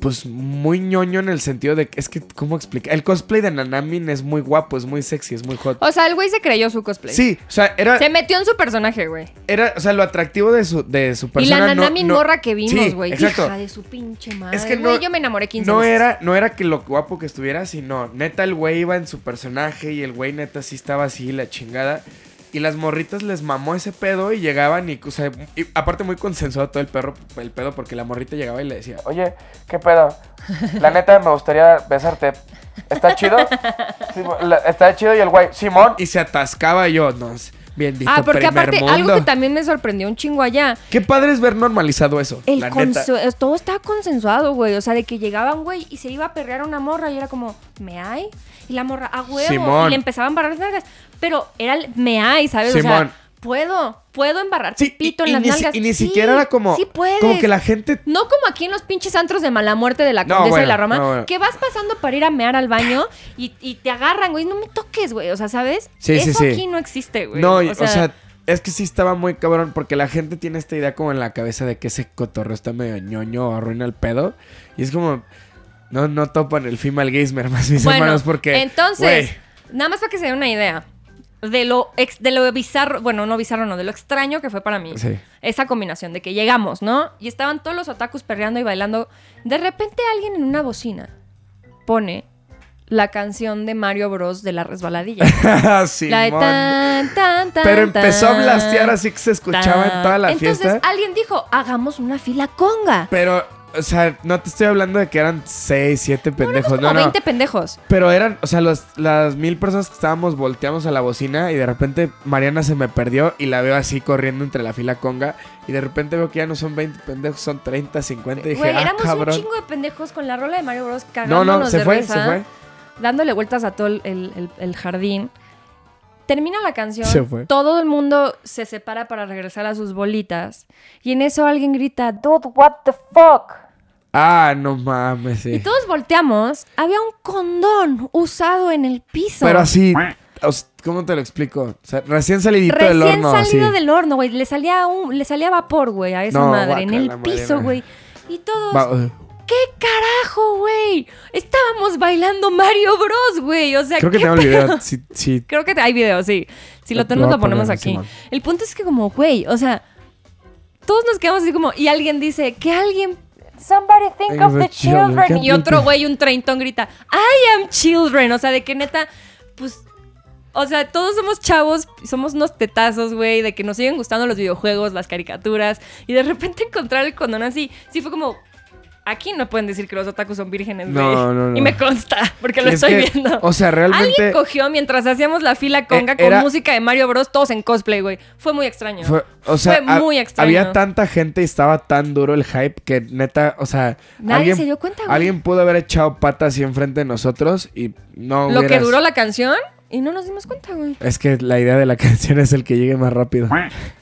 C: pues, muy ñoño en el sentido de, que- es que, ¿cómo explica? El cosplay de Nanamin es muy guapo, es muy sexy, es muy hot.
B: O sea, el güey se creyó su cosplay.
C: Sí, o sea, era,
B: Se metió en su personaje, güey.
C: era, o sea, lo atractivo de su, de su
B: Y la
C: persona. no-
B: nanami
C: no-
B: morra que vimos,
C: Sí,
B: güey.
C: exacto.
B: Hija de su pinche madre.
C: Es que
B: Güey,
C: no-
B: yo me enamoré 15
C: No
B: veces.
C: era, no era que lo guapo que estuviera, sino neta el güey iba en su personaje y el güey neta sí estaba así, la chingada. Y las morritas les mamó ese pedo y llegaban y, o sea, y aparte muy consensuado todo el perro, el pedo, porque la morrita llegaba y le decía, oye, ¿qué pedo? La neta me gustaría besarte. ¿Está chido? está chido y el güey, Simón. Y se atascaba y yo, no, es- bendito
B: Ah, porque
C: primer
B: aparte,
C: mundo.
B: algo que también me sorprendió un chingo allá.
C: Qué padre es ver normalizado eso,
B: El
C: la neta.
B: consen- todo estaba consensuado, güey. O sea, de que llegaban, güey, y se iba a perrear a una morra y era como, ¿me hay? Y la morra, a huevo.
C: Simón.
B: Y le empezaban a embarrar las nalgas. Pero era el me hay, ¿sabes? O
C: Simón.
B: sea, puedo, puedo embarrar
C: Sí, y,
B: pito en
C: y
B: las
C: ni, si-
B: nalgas.
C: y ni
B: Sí,
C: siquiera era como,
B: Sí puedes.
C: como que la gente
B: No como aquí en los pinches antros de mala muerte de la
C: No,
B: Condesa de la
C: bueno,
B: Roma,
C: no, bueno.
B: que vas pasando para ir a mear al baño y, y te agarran, güey, no me toques, güey, o sea, ¿sabes?
C: Sí, sí,
B: Eso
C: sí.
B: aquí no existe, güey.
C: No, y- o sea, es que sí estaba muy cabrón porque la gente tiene esta idea como en la cabeza de que ese cotorreo está medio ñoño o arruina el pedo. Y es como, no, no topan el female gamer más mis
B: bueno,
C: hermanos porque...
B: entonces,
C: güey,
B: nada más para que se den una idea de lo ex- de lo bizarro, bueno, no bizarro, no, de lo extraño que fue para mí.
C: Sí.
B: Esa combinación de que llegamos, ¿no? Y estaban todos los otakus perreando y bailando. De repente alguien en una bocina pone la canción de Mario Bros de la resbaladilla. La de
C: Simón.
B: tan, tan, tan,
C: Pero empezó a
B: tan,
C: blastear así que se escuchaba en
B: tan.
C: toda la
B: Entonces,
C: fiesta.
B: alguien dijo, hagamos una fila conga.
C: Pero, o sea, no te estoy hablando de que eran 6, 7 pendejos.
B: Como
C: pues, No, no.
B: 20 pendejos.
C: Pero eran, o sea, los- las mil personas que estábamos volteamos a la bocina y de repente Mariana se me perdió y la veo así corriendo entre la fila conga y de repente veo que ya no son 20 pendejos, son 30, 50 y dije,
B: Güey,
C: ah,
B: éramos un
C: cabrón.
B: chingo de pendejos con la rola de Mario Bros.
C: No,
B: cagándonos
C: no, se
B: de
C: fue,
B: risa,
C: se fue.
B: dándole vueltas a todo el, el- el- el jardín. Termina la canción,
C: Se fue.
B: todo el mundo se separa para regresar a sus bolitas y en eso alguien grita
D: Dude, what the fuck?
C: Ah, no mames, sí.
B: y todos volteamos, había un condón usado en el piso.
C: Pero así, o s- ¿cómo te lo explico? O sea, recién salidito
B: Recién
C: del horno.
B: salido
C: así.
B: del horno, güey. Le salía un, le salía vapor, güey, a esa
C: No,
B: madre. En el
C: guácala,
B: piso,
C: Mariana.
B: güey. Y todos,
C: Va- uh,
B: ¿qué carajo, güey? Estábamos bailando Mario Bros, güey. O sea,
C: creo que
B: ¿qué
C: tengo el
B: pedo?
C: video. Sí, sí.
B: Creo que hay video, sí. Si lo
C: Lo
B: tenemos,
C: voy a
B: lo ponemos
C: poner,
B: aquí.
C: Simón.
B: El punto es que como, güey, o sea, todos nos quedamos así como, y alguien dice, que alguien...
D: Somebody think
C: Ay,
D: of the
C: güey, chillo, güey,
D: children.
C: qué-
B: Y otro güey, un treintón, grita, I am children. O sea, de que neta, pues... O sea, todos somos chavos, somos unos tetazos, güey, de que nos siguen gustando los videojuegos, las caricaturas, y de repente encontrar el condón así, sí fue como, aquí no pueden decir que los otakus son vírgenes, güey.
C: No, no, no.
B: Y me consta, porque lo
C: Y es
B: estoy
C: que,
B: viendo.
C: O sea,
B: Alguien
C: realmente.
B: cogió mientras hacíamos la fila conga
C: Eh, era-
B: con música de Mario Bros. Todos en cosplay, güey. Fue muy extraño.
C: Fue, o sea,
B: Fue
C: ha-
B: muy extraño.
C: había tanta gente y estaba tan duro el hype que neta, o sea,
B: Nadie
C: alguien,
B: se dio cuenta, güey.
C: alguien pudo haber echado patas así enfrente de nosotros y no
B: Lo que
C: hubieras-
B: duró la canción y no nos dimos cuenta, güey.
C: Es que la idea de la canción es el que llegue más rápido.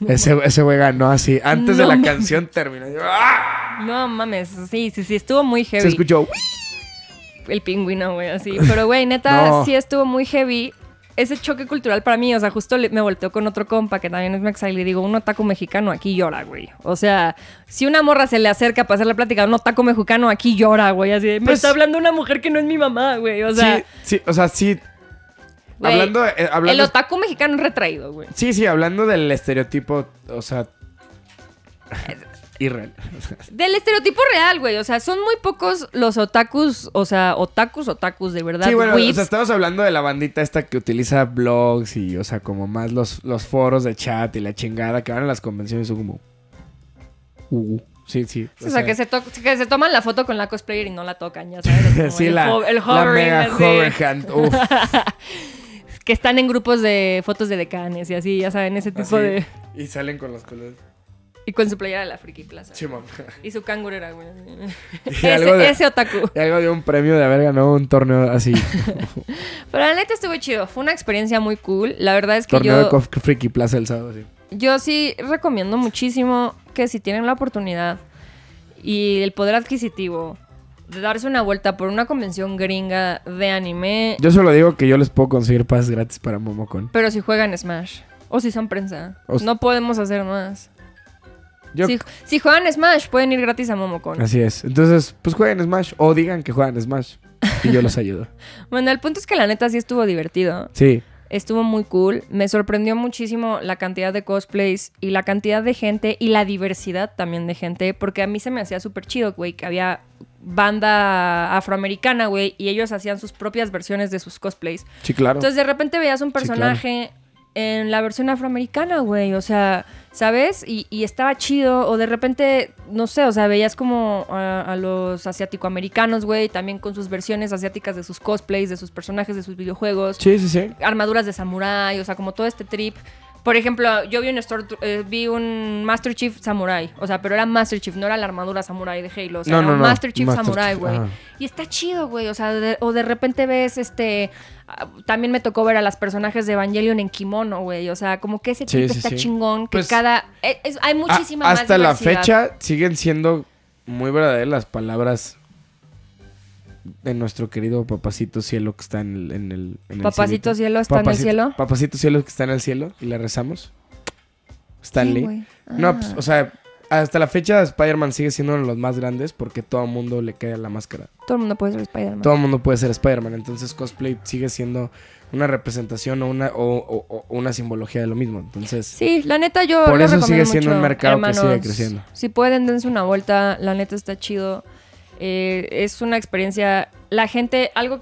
C: Ese ese güey ganó así. Antes
B: No
C: de la
B: mames.
C: canción terminó. yo, ¡ah!
B: No mames, sí, sí, sí, estuvo muy heavy.
C: Se escuchó.
B: El pingüino, güey, así. Pero, güey, neta,
C: No.
B: sí estuvo muy heavy. Ese choque cultural para mí, o sea, justo le- me volteó con otro compa que también es mexa y le digo, un otaku mexicano aquí llora, güey. O sea, si una morra se le acerca para hacer la plática, un otaku mexicano aquí llora, güey. Así, de, me
C: Pues-
B: está hablando una mujer que no es mi mamá, güey. O sea,
C: sí, sí, o sea, sí.
B: Güey,
C: hablando, eh,
B: El
C: hablando
B: otaku mexicano es retraído, güey.
C: Sí, sí, hablando del estereotipo, o sea, irreal.
B: Del estereotipo real, güey. O sea, son muy pocos los otakus, o sea, otakus, otakus, de verdad.
C: Sí, bueno, o
B: weebs.
C: sea, estamos hablando de la bandita esta que utiliza blogs y, o sea, como más los, los foros de chat y la chingada que van a las convenciones y son como... Uh, sí, sí.
B: O sea, que se, to- que se toman la foto con la cosplayer y no la tocan, ya sabes. como
C: sí,
B: el
C: la,
B: ho- el
C: la
B: hovering,
C: mega
B: así.
C: hoverhand. Uf,
B: Que están en grupos de fotos de decanes y así, ya saben, ese tipo
C: así,
B: de...
C: Y salen con los colores.
B: Y con su playera de la Friki Plaza.
C: Sí, mam.
B: Y su cangurera, güey.
C: Y algo
B: Ese,
C: de-
B: ese otaku.
C: Y algo de un premio de haber ganado un torneo así.
B: Pero la neta estuvo chido. Fue una experiencia muy cool. La verdad es que
C: torneo
B: yo...
C: de Cof Freaky Plaza el sábado, sí.
B: Yo sí recomiendo muchísimo que si tienen la oportunidad y el poder adquisitivo de darse una vuelta por una convención gringa de anime,
C: Yo solo digo que yo les puedo conseguir pases gratis para Momocon.
B: pero si juegan Smash o si son prensa,
C: O s-
B: no podemos hacer más.
C: Yo
B: Si, si juegan Smash, pueden ir gratis a Momocon.
C: Así es. Entonces, pues jueguen Smash o digan que juegan Smash y yo los ayudo.
B: Bueno, el punto es que la neta sí estuvo divertido.
C: Sí.
B: Estuvo muy cool. Me sorprendió muchísimo la cantidad de cosplays y la cantidad de gente y la diversidad también de gente. Porque a mí se me hacía súper chido, güey, que había banda afroamericana, güey, y ellos hacían sus propias versiones de sus cosplays.
C: Sí, claro.
B: Entonces de repente veías un
C: claro.
B: personaje en la versión afroamericana, güey, o sea, ¿sabes? Y, y estaba chido, o de repente, no sé, o sea, veías como a, a los asiáticoamericanos, güey, también con sus versiones asiáticas de sus cosplays, de sus personajes, de sus videojuegos
C: sí, sí, sí.
B: armaduras de samurái, o sea, como todo este trip. Por ejemplo, yo vi un, store- eh, vi un Master Chief Samurai, o sea, pero era Master Chief, no era la armadura Samurai de Halo, o sea,
C: No,
B: era
C: no,
B: un
C: no,
B: Master Chief
C: Master
B: Samurai,
C: Chief,
B: güey.
C: ajá.
B: Y está chido, güey, o sea, de- o de repente ves, este, ah, también me tocó ver a las personajes de Evangelion en kimono, güey, o sea, como que ese
C: Sí,
B: trip
C: sí,
B: está
C: sí.
B: chingón, que
C: Pues,
B: cada, eh, es- hay muchísima
C: A-
B: más
C: Hasta la
B: diversidad.
C: fecha siguen siendo muy verdaderas las palabras de nuestro querido papacito cielo que está en el, en el- en el
B: Papacito
C: cielito.
B: cielo está en el
C: Papacito-
B: cielo.
C: Papacito cielo que está en el cielo y le rezamos.
B: Sí,
C: Stanley.
B: güey. Ah.
C: no, pues, o sea, hasta la fecha Spider-Man sigue siendo uno de los más grandes porque todo el mundo le queda la máscara.
B: Todo el mundo puede ser Spider-Man.
C: Todo el mundo puede ser Spider-Man, entonces cosplay sigue siendo una representación o una, o, o- o una simbología de lo mismo. Entonces,
B: Sí, la neta yo
C: Por
B: lo
C: eso
B: recomiendo
C: sigue siendo
B: mucho,
C: un mercado que sigue
B: hermanos.
C: creciendo.
B: Si pueden, dense una vuelta, la neta está chido. Eh, es una experiencia, la gente, algo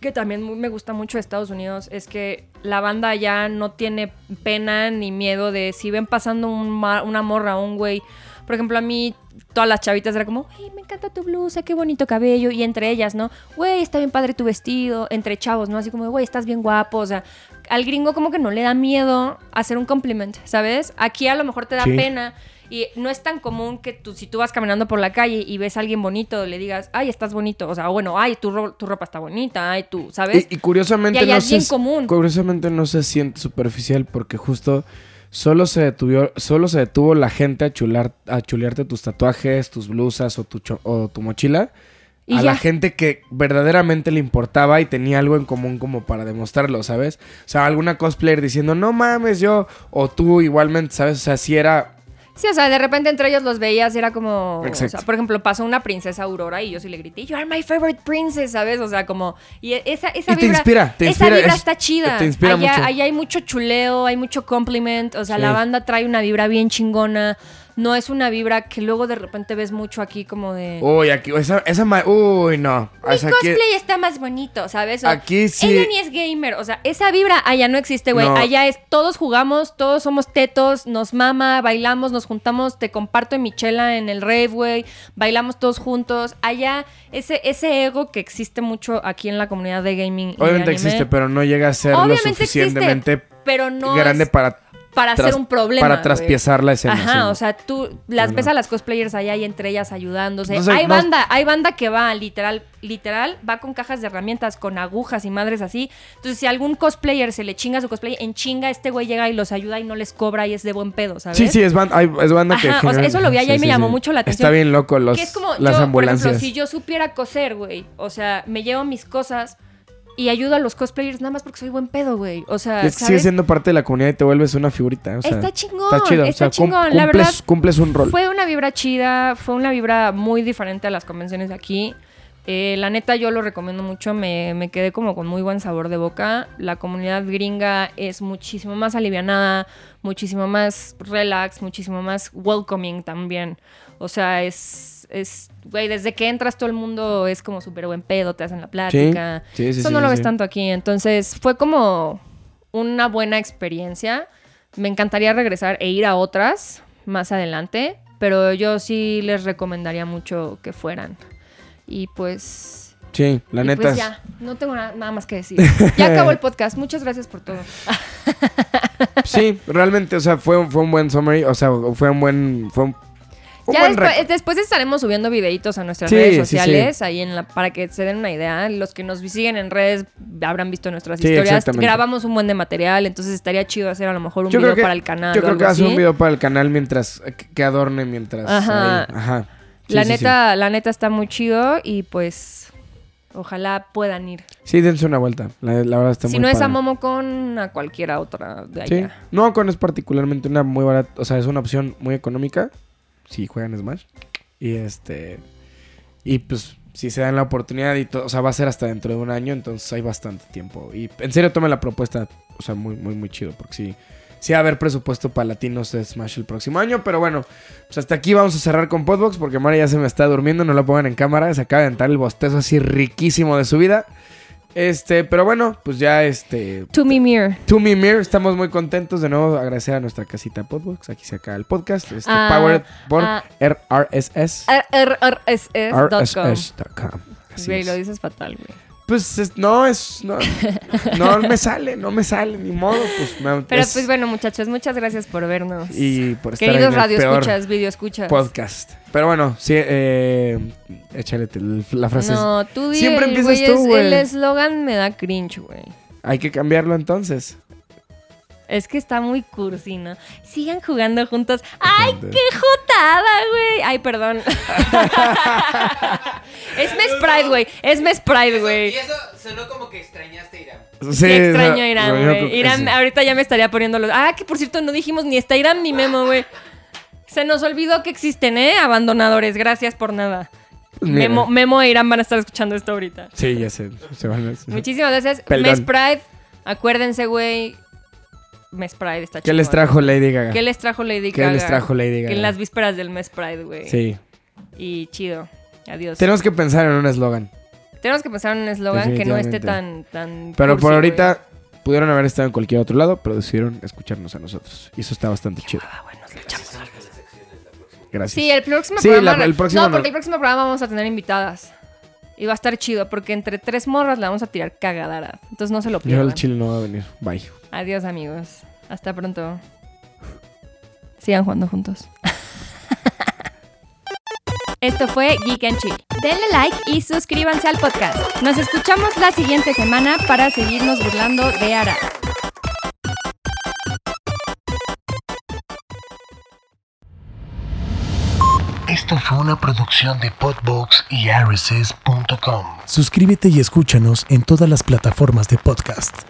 B: que también mu- me gusta mucho de Estados Unidos es que la banda ya no tiene pena ni miedo de si ven pasando un ma- una morra o un güey. Por ejemplo, a mí todas las chavitas era como, güey, me encanta tu blusa, qué bonito cabello. Y entre ellas, ¿no? Güey, está bien padre tu vestido. Entre chavos, ¿no? Así como, güey, estás bien guapo. O sea, al gringo como que no le da miedo hacer un compliment, ¿sabes? Aquí a lo mejor te da
C: Sí.
B: pena. Y no es tan común que tú, si tú vas caminando por la calle y ves a alguien bonito, le digas, ay, estás bonito. O sea, bueno, ay, tu, ro- tu ropa está bonita, ay, tú, ¿sabes?
C: Y, y curiosamente
B: Y hay
C: no
B: alguien
C: se,
B: común.
C: curiosamente no se siente superficial porque justo solo se detuvo, solo se detuvo la gente a chular, a chulearte tus tatuajes, tus blusas o tu cho- o tu mochila.
B: Y
C: a
B: ya.
C: la gente que verdaderamente le importaba y tenía algo en común como para demostrarlo, ¿sabes? O sea, alguna cosplayer diciendo, no mames, yo, o tú igualmente, ¿sabes? O sea, si era...
B: Sí, o sea, de repente entre ellos los veías y era como. o sea,
C: Exacto.
B: por ejemplo, pasó una princesa Aurora y yo sí le grité, You are my favorite princess, ¿sabes? O sea, como. Y e- esa, esa
C: Y te
B: vibra.
C: inspira, te
B: esa
C: inspira,
B: vibra
C: es-
B: está chida.
C: te inspira
B: allá,
C: mucho.
B: allá hay mucho chuleo, hay mucho compliment. O sea,
C: Sí.
B: la banda trae una vibra bien chingona. No es una vibra que luego de repente ves mucho aquí como de.
C: Uy, aquí, esa, esa, ma- uy, no. O
B: Mi
C: sea, aquí-
B: cosplay está más bonito, ¿sabes? O-
C: Aquí sí-
B: Ella ni es gamer. O sea, esa vibra allá no existe, güey.
C: No.
B: Allá es todos jugamos, todos somos tetos, nos mama, bailamos, nos juntamos, te comparto en mi chela en el rave, güey. Bailamos todos juntos. Allá, ese, ese ego que existe mucho aquí en la comunidad de gaming. y de
C: obviamente
B: anime,
C: existe, pero no llega a ser
B: Obviamente
C: lo suficientemente
B: existe, pero no
C: grande
B: es-
C: para
B: para hacer
C: tras-
B: un problema.
C: Para
B: güey.
C: traspiezar la escena.
B: Ajá,
C: sí.
B: o sea, tú las
C: No,
B: ves
C: no.
B: a las cosplayers allá y entre ellas ayudándose.
C: No sé,
B: hay
C: no-
B: banda, hay banda que va literal, literal, va con cajas de herramientas, con agujas y madres así. Entonces, si a algún cosplayer se le chinga su cosplay, en chinga este güey llega y los ayuda y no les cobra y es de buen pedo, ¿sabes?
C: Sí, sí, es banda, hay- es banda que...
B: Ajá, o sea,
C: genera-
B: eso lo vi allá y me llamó mucho la atención.
C: Está bien loco los,
B: que es como
C: las
B: yo,
C: ambulancias.
B: por ejemplo, si yo supiera coser, güey, o sea, me llevo mis cosas y ayudo a los cosplayers nada más porque soy buen pedo, güey. O sea,
C: Y es que
B: ¿sabes?
C: sigues siendo parte de la comunidad y te vuelves una figurita. O sea,
B: está chingón,
C: Está chido.
B: está
C: o sea, cum-
B: chingón,
C: cumples,
B: la verdad.
C: cumples un rol.
B: Fue una vibra chida, fue una vibra muy diferente a las convenciones de aquí. Eh, la neta yo lo recomiendo mucho, me, me quedé como con muy buen sabor de boca. La comunidad gringa es muchísimo más alivianada, muchísimo más relax, muchísimo más welcoming también. O sea, es, es güey, desde que entras todo el mundo es como súper buen pedo, te hacen la plática.
C: sí, sí,
B: Eso
C: sí,
B: no lo
C: sí,
B: ves
C: sí.
B: tanto aquí, entonces fue como una buena experiencia. Me encantaría regresar e ir a otras más adelante, pero yo sí les recomendaría mucho que fueran. Y pues...
C: Sí, la
B: y
C: neta.
B: pues
C: es-
B: ya, no tengo na- nada más que decir. Ya acabó el podcast, muchas gracias por todo.
C: Sí, realmente, o sea, fue, un- fue un buen summary. O sea, fue un buen. Fue un, un
B: ya
C: buen
B: después,
C: rec-
B: después estaremos subiendo videitos a nuestras
C: Sí,
B: redes
C: sí, sí.
B: sociales ahí en la, para que se den una idea. Los que nos siguen en redes habrán visto nuestras
C: Sí,
B: historias.
C: exactamente.
B: Grabamos un buen de material, entonces estaría chido hacer a lo mejor un
C: Yo creo
B: video
C: que-
B: para el canal.
C: Yo
B: o
C: creo
B: algo
C: que va a hacer
B: así.
C: un video para el canal mientras. que- Que adorne mientras.
B: Ajá.
C: ahí. Ajá. Sí,
B: la
C: sí,
B: neta, la neta está muy chido y pues ojalá puedan ir.
C: Sí. Sí, dense una vuelta. La, la verdad está
B: si
C: muy
B: no es a
C: padre.
B: Momocon, a cualquiera otra de
C: Sí.
B: allá.
C: No, con es particularmente una muy barata. O sea, es una opción muy económica. Si juegan Smash. Y este. Y pues, si se dan la oportunidad y todo. O sea, va a ser hasta dentro de un año. Entonces hay bastante tiempo. Y en serio, tomen la propuesta. O sea, muy, muy, muy chido. Porque sí. Sí va a haber presupuesto para latinos de Smash el próximo año. Pero bueno, pues hasta aquí vamos a cerrar con Podbox. Porque Mara ya se me está durmiendo. No la pongan en cámara. Se acaba de entrar el bostezo así riquísimo de su vida. Este, pero bueno, pues ya este.
B: To me mirror.
C: To Me Mirror, estamos muy contentos de nuevo agradecer a nuestra casita Podbox, aquí se acaba el podcast, este,
B: Ah,
C: powered por
B: ah.
C: RSS.
B: RRSS.com.
C: RSS.com. Así
B: Güey,
C: es.
B: lo dices fatal, güey.
C: Pues es- no, es. No, no me sale, no me sale, ni modo. Pues, me-
B: Pero
C: es-
B: pues bueno, muchachos, muchas gracias por vernos.
C: Y por estar
B: Queridos
C: en el
B: radio
C: peor
B: escuchas, video escuchas.
C: podcast. Pero bueno, sí, eh, échale te- la frase.
B: No, tú di
C: Siempre
B: el,
C: empiezas
B: güey,
C: tú,
B: es-
C: güey.
B: El eslogan me da cringe, güey.
C: Hay que cambiarlo entonces.
B: Es que está muy cursi, ¿no? Sigan jugando juntos. ¡Ay, qué jotada, güey! Ay, perdón. es mes Pride, güey. Es mes Pride, güey.
E: Y eso sonó como que extrañaste a Irán.
C: Sí,
B: Sí, extraño a
C: no,
B: Irán,
C: no, yo creo
B: güey.
C: que
B: Irán
C: sí.
B: ahorita ya me estaría poniendo los... Ah, que por cierto no dijimos ni está Irán ni Memo, güey. Se nos olvidó que existen, ¿eh? Abandonadores. Gracias por nada.
C: Pues mira.
B: Memo, Memo e Irán van a estar escuchando esto ahorita.
C: Sí, ya sé. Se van a-
B: Muchísimas gracias.
C: Pelón.
B: Mes Pride. Acuérdense, güey. Mes Pride está
C: ¿Qué les
B: chingón.
C: trajo Lady Gaga?
B: ¿Qué les trajo Lady
C: ¿Qué
B: Gaga?
C: les trajo Lady Gaga?
B: En las vísperas del mes Pride, güey.
C: Sí.
B: Y chido. Adiós.
C: Tenemos que pensar en un eslogan.
B: Tenemos que pensar en un eslogan que no esté tan... tan
C: Pero
B: cursi,
C: por
B: güey.
C: ahorita pudieron haber estado en cualquier otro lado, pero decidieron escucharnos a nosotros. Y eso está bastante chido.
B: Ah, bueno, nos lo echamos.
C: Gracias.
B: Sí, el próximo
C: Sí,
B: programa.
C: la- el próximo
B: no, porque
C: no.
B: el próximo programa vamos a tener invitadas. Y va a estar chido, porque entre tres morras la vamos a tirar cagadara. Entonces no se lo
C: Yo
B: pierdan.
C: el chile no va a venir. Bye.
B: Adiós, amigos. Hasta pronto. Sigan jugando juntos. Esto fue Geek and Chill. Denle like y suscríbanse al podcast. Nos escuchamos la siguiente semana para seguirnos burlando de Ara.
A: Esto fue una producción de Podbox y RSS.com.
F: Suscríbete y escúchanos en todas las plataformas de podcast.